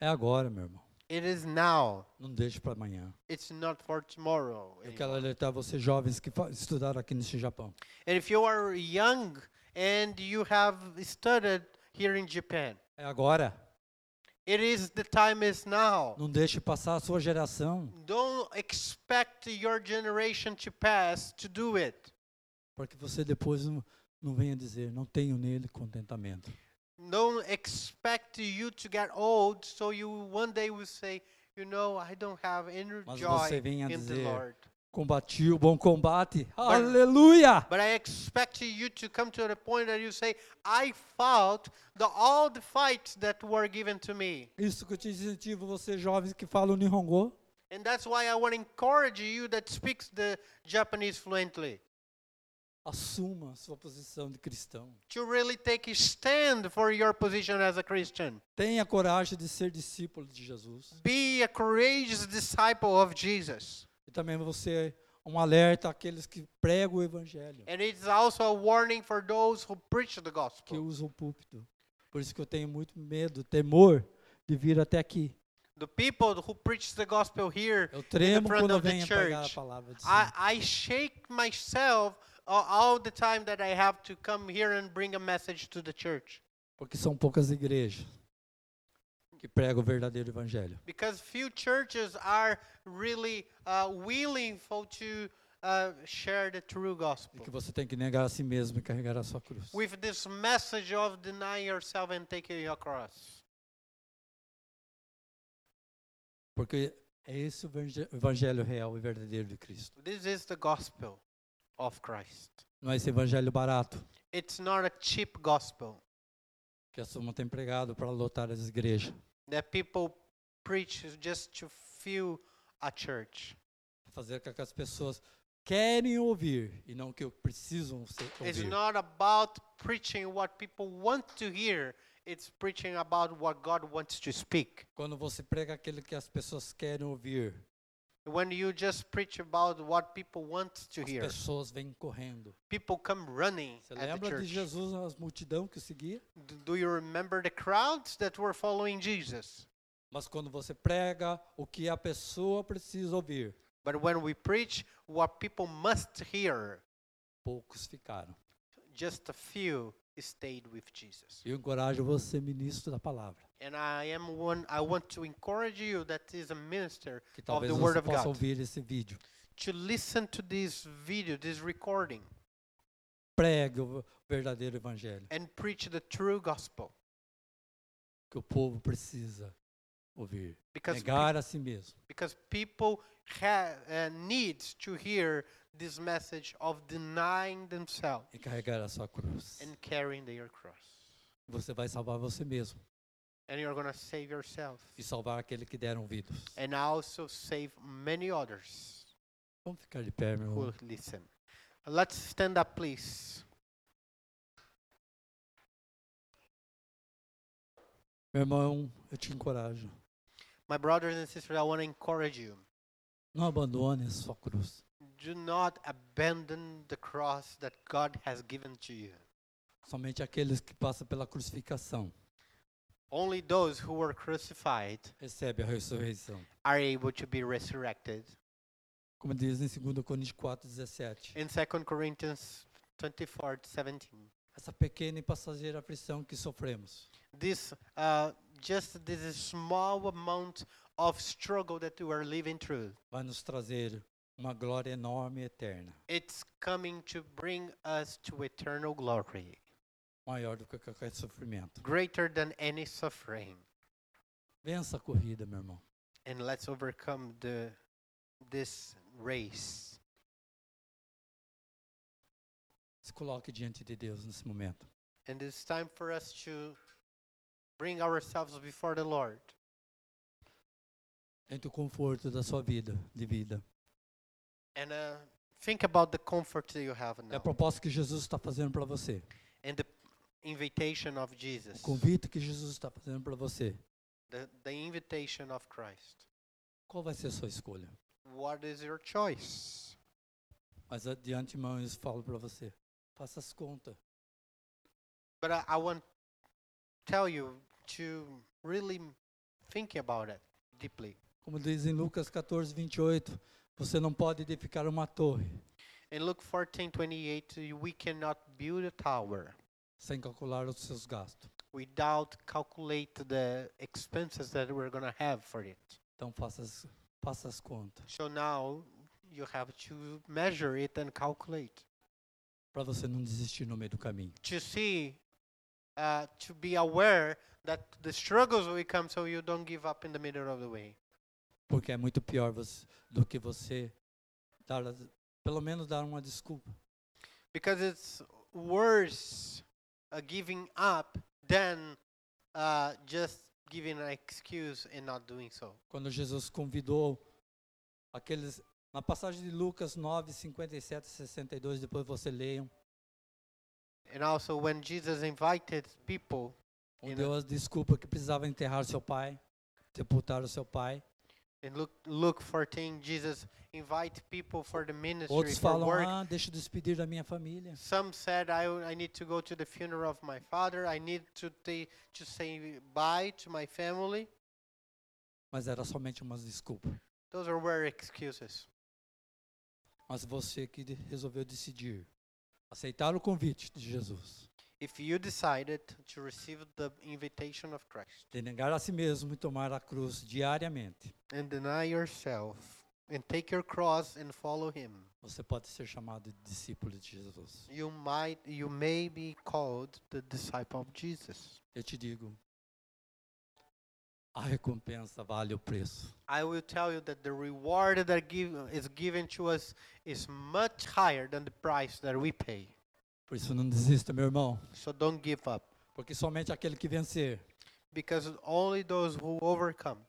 Speaker 1: É agora, meu irmão.
Speaker 2: It is now.
Speaker 1: Não deixe para amanhã.
Speaker 2: It's not for tomorrow.
Speaker 1: Eu
Speaker 2: anymore.
Speaker 1: quero alertar vocês jovens que fa- estudaram aqui nesse Japão.
Speaker 2: And if you are young and you have studied here in Japan,
Speaker 1: É agora.
Speaker 2: It is the time is now.
Speaker 1: Não deixe passar a sua geração,
Speaker 2: Don't expect your generation to pass to do it.
Speaker 1: para que você depois não, não venha dizer, não tenho nele contentamento.
Speaker 2: Don't expect you to get old so you one day will say, you know, I don't have any
Speaker 1: Mas
Speaker 2: joy
Speaker 1: você venha
Speaker 2: in the
Speaker 1: dizer,
Speaker 2: Lord.
Speaker 1: Combati o bom combate, aleluia!
Speaker 2: But I expect you to come to the point that you say, I fought the, all the fights that were given to me.
Speaker 1: Isso que eu te incentivo, vocês jovens que falam Nihongo,
Speaker 2: And that's why I want to encourage you that speaks the Japanese fluently
Speaker 1: assuma a sua posição de cristão.
Speaker 2: to really take a stand for your position as a Christian.
Speaker 1: Tenha coragem de ser discípulo de Jesus.
Speaker 2: Be a courageous disciple of Jesus.
Speaker 1: E também você é um alerta àqueles que pregam o evangelho,
Speaker 2: And it's also a warning for those who preach the
Speaker 1: que
Speaker 2: gospel.
Speaker 1: usam o púlpito. Por isso que eu tenho muito medo, temor de vir até aqui.
Speaker 2: The people who preach the gospel here
Speaker 1: Eu
Speaker 2: in the
Speaker 1: tremo
Speaker 2: front
Speaker 1: quando eu
Speaker 2: of the
Speaker 1: venho pregar a
Speaker 2: church. Ah.
Speaker 1: palavra de
Speaker 2: I,
Speaker 1: Deus.
Speaker 2: I shake myself uh, all the time that I have to come here and bring a message to the church
Speaker 1: Porque são poucas igrejas que pregam o verdadeiro evangelho.
Speaker 2: because few churches are really uh, willing for to uh, share the true
Speaker 1: E
Speaker 2: gospel
Speaker 1: que você tem que negar a si mesmo e carregar a sua cruz.
Speaker 2: with this message of denying yourself and taking your cross.
Speaker 1: Porque é esse o evangel- evangelho real e verdadeiro de Cristo.
Speaker 2: This is the gospel of Christ.
Speaker 1: Não é esse evangelho barato
Speaker 2: It's not a cheap gospel
Speaker 1: que a Suma tem pregado para lotar as igrejas,
Speaker 2: that people preach just to fill a church.
Speaker 1: fazer com que as pessoas querem ouvir e não que eu precisam ser-
Speaker 2: It's
Speaker 1: ouvir.
Speaker 2: not about preaching what people want to hear. It's preaching about what God wants to speak.
Speaker 1: Quando você prega aquilo que as pessoas querem ouvir,
Speaker 2: When you just preach about what people want to
Speaker 1: as
Speaker 2: hear,
Speaker 1: pessoas vêm correndo.
Speaker 2: people come running
Speaker 1: Você
Speaker 2: at the
Speaker 1: lembra de
Speaker 2: church.
Speaker 1: Jesus, as multidão que o seguia?
Speaker 2: D- Do you remember the crowds that were following Jesus?
Speaker 1: Mas quando você prega o que a pessoa precisa ouvir,
Speaker 2: But when we preach what people must hear,
Speaker 1: poucos ficaram.
Speaker 2: just a few stayed with Jesus.
Speaker 1: Eu encorajo você, ministro da palavra,
Speaker 2: And I am one I want to encourage you that is a minister
Speaker 1: que
Speaker 2: of
Speaker 1: talvez
Speaker 2: the word
Speaker 1: você
Speaker 2: of
Speaker 1: possa
Speaker 2: God
Speaker 1: ouvir esse vídeo.
Speaker 2: to listen to this video, this recording.
Speaker 1: Pregue o verdadeiro evangelho
Speaker 2: and preach the true gospel
Speaker 1: que o povo precisa ouvir.
Speaker 2: because pe-
Speaker 1: Negar a si mesmo.
Speaker 2: because people ha- uh, need to hear this message of denying themselves
Speaker 1: e carregar a sua cruz.
Speaker 2: and carrying their cross
Speaker 1: Você vai salvar você mesmo
Speaker 2: and you're going to save yourself
Speaker 1: e salvar aquele que deram ouvidos.
Speaker 2: and also save many others
Speaker 1: Vamos ficar de pé, meu
Speaker 2: who
Speaker 1: irmão.
Speaker 2: will listen let's stand up please
Speaker 1: Meu irmão, eu te encorajo.
Speaker 2: my brothers and sisters i want to encourage you
Speaker 1: Não abandone a sua cruz.
Speaker 2: do not abandon the cross that god has given to you
Speaker 1: Somente aqueles que passam pela crucificação
Speaker 2: only those who were crucified
Speaker 1: recebem a ressurreição.
Speaker 2: are able to be resurrected
Speaker 1: Como diz em 2 Coríntios 4, 17.
Speaker 2: in 2 Corinthians 24 17.
Speaker 1: Essa pequena e passageira aflição que sofremos
Speaker 2: This, uh, just this small amount of struggle that we are living through,
Speaker 1: vai nos trazer uma glória enorme e eterna,
Speaker 2: it's coming to bring us to eternal glory,
Speaker 1: maior do que qualquer sofrimento.
Speaker 2: greater than any suffering.
Speaker 1: Vença a corrida, meu irmão.
Speaker 2: And let's overcome the, this race.
Speaker 1: Se coloque diante de Deus nesse momento.
Speaker 2: And it's time for us to bring ourselves before the Lord
Speaker 1: Entre o conforto da sua vida, de vida.
Speaker 2: and uh, think about the comfort that you have
Speaker 1: É a
Speaker 2: now
Speaker 1: proposta que Jesus está fazendo para você.
Speaker 2: and the invitation of
Speaker 1: O
Speaker 2: Jesus.
Speaker 1: convite que Jesus está fazendo para você.
Speaker 2: the, the invitation of Christ.
Speaker 1: Qual vai ser a sua escolha?
Speaker 2: What is your choice?
Speaker 1: Mas ah, de antemão eu falo para você. Faça as contas.
Speaker 2: But I, I want tell you to really m- think about it deeply.
Speaker 1: Como diz em Lucas 14, 28. Você não pode edificar uma torre
Speaker 2: In Luke 14:28, we cannot build a tower
Speaker 1: sem calcular os seus gastos.
Speaker 2: without calculate the expenses that we're going to have for it.
Speaker 1: Então faça as, faça as contas.
Speaker 2: So now you have to measure it and calculate
Speaker 1: Para você não desistir no meio do caminho.
Speaker 2: to see, uh, to be aware that the struggles will come so you don't give up in the middle of the way.
Speaker 1: Porque é muito pior você, do que você dar, as- pelo menos dar uma desculpa.
Speaker 2: Because it's worse uh, giving up than uh, just giving an excuse and not doing so.
Speaker 1: Quando Jesus convidou aqueles. Na passagem de Lucas 9, 57 e 62, depois você um leiam,
Speaker 2: And also, when Jesus invited people,
Speaker 1: onde
Speaker 2: E na-
Speaker 1: deu as desculpas que precisava enterrar seu pai, sepultar o seu pai.
Speaker 2: in Luke, Luke 14, Jesus invite people for the ministry,
Speaker 1: Outros
Speaker 2: for
Speaker 1: falam,
Speaker 2: work.
Speaker 1: ah, deixa eu despedir da minha família.
Speaker 2: Some said, I, I need to go to the funeral of my father. I need to, ta- to say bye to my family.
Speaker 1: Mas era somente uma desculpa.
Speaker 2: Those are were excuses.
Speaker 1: Mas você que de- resolveu decidir aceitar o convite de Jesus,
Speaker 2: If you decided to receive the invitation of Christ
Speaker 1: de negar a si mesmo e tomar a cruz diariamente,
Speaker 2: and deny yourself and take your cross and follow him,
Speaker 1: você pode ser chamado de discípulo de Jesus.
Speaker 2: you might you may be called the disciple of Jesus.
Speaker 1: Eu te digo, a recompensa vale o preço.
Speaker 2: I will tell you that the reward that give, is given to us is much higher than the price that we pay.
Speaker 1: Por isso não desista, meu irmão,
Speaker 2: So don't give up.
Speaker 1: porque somente aquele que vencer,
Speaker 2: because only those who overcome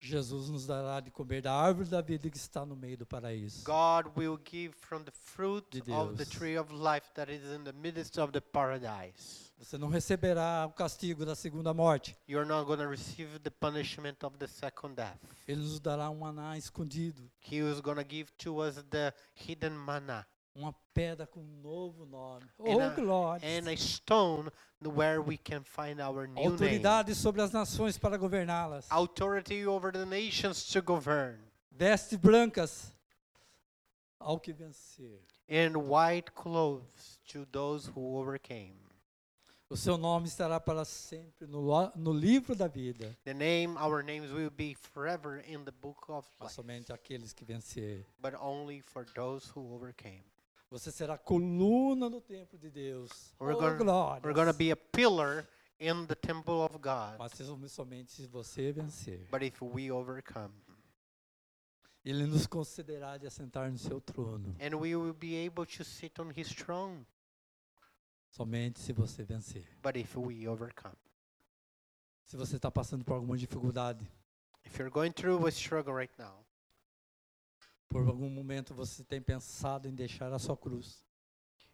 Speaker 1: Jesus nos dará de comer da árvore da vida que está no meio do paraíso.
Speaker 2: god will give from the fruit
Speaker 1: De
Speaker 2: of the
Speaker 1: Deus.
Speaker 2: tree of life that is in the midst of the paradise
Speaker 1: Você não receberá o castigo da segunda morte.
Speaker 2: you're not going to receive the punishment of the second death
Speaker 1: Ele nos dará um aná escondido,
Speaker 2: he is going to give to us the hidden manna
Speaker 1: uma pedra com um novo nome.
Speaker 2: And
Speaker 1: Oh,
Speaker 2: a-
Speaker 1: glória!
Speaker 2: and a stone where we can find our new name
Speaker 1: Autoridade sobre as nações para governá-las.
Speaker 2: authority over the nations to govern
Speaker 1: Vestes brancas ao que vencer.
Speaker 2: and white clothes to those who overcame
Speaker 1: O seu nome estará para sempre no, lo- no livro da vida.
Speaker 2: the name our names will be forever in the book of
Speaker 1: Mas
Speaker 2: life
Speaker 1: somente aqueles que vencer.
Speaker 2: but only for those who overcame.
Speaker 1: Você será coluna no templo de Deus.
Speaker 2: We're
Speaker 1: oh,
Speaker 2: gonna-
Speaker 1: glória!
Speaker 2: We're going to be a pillar in the temple of God,
Speaker 1: Mas som- somente se você vencer.
Speaker 2: but if we overcome,
Speaker 1: Ele nos concederá de assentar no seu trono.
Speaker 2: and we will be able to sit on his throne,
Speaker 1: Somente se você vencer.
Speaker 2: but if we overcome.
Speaker 1: Se você está passando por alguma dificuldade,
Speaker 2: If you're going through a struggle right now,
Speaker 1: por algum momento você tem pensado em deixar a sua cruz,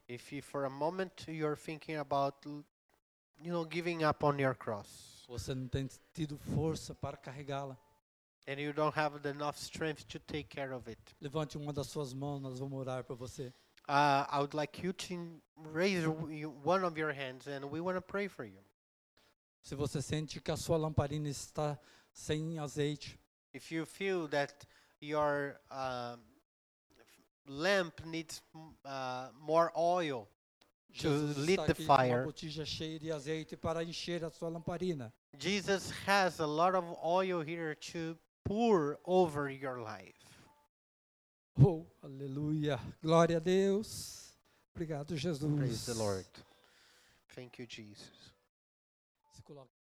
Speaker 2: if you, for a moment you're thinking about l- you know giving up on your cross
Speaker 1: você não tem tido força para carregá-la,
Speaker 2: and you don't have the enough strength to take care of it,
Speaker 1: levante uma das suas mãos, nós vamos orar por você.
Speaker 2: uh, I would like you to raise w- you- one of your hands and we want to pray for you.
Speaker 1: Se você sente que a sua lamparina está sem azeite,
Speaker 2: if you feel that your um, f- lamp needs m- uh, more oil, To
Speaker 1: Jesus
Speaker 2: lit
Speaker 1: está
Speaker 2: the
Speaker 1: aqui com uma
Speaker 2: fire.
Speaker 1: botija cheia de azeite para encher a sua lamparina.
Speaker 2: Jesus has a lot of oil here to pour over your life.
Speaker 1: Oh, aleluia, glória a Deus. Obrigado, Jesus.
Speaker 2: Praise the Lord. Thank you, Jesus.
Speaker 1: Se coloque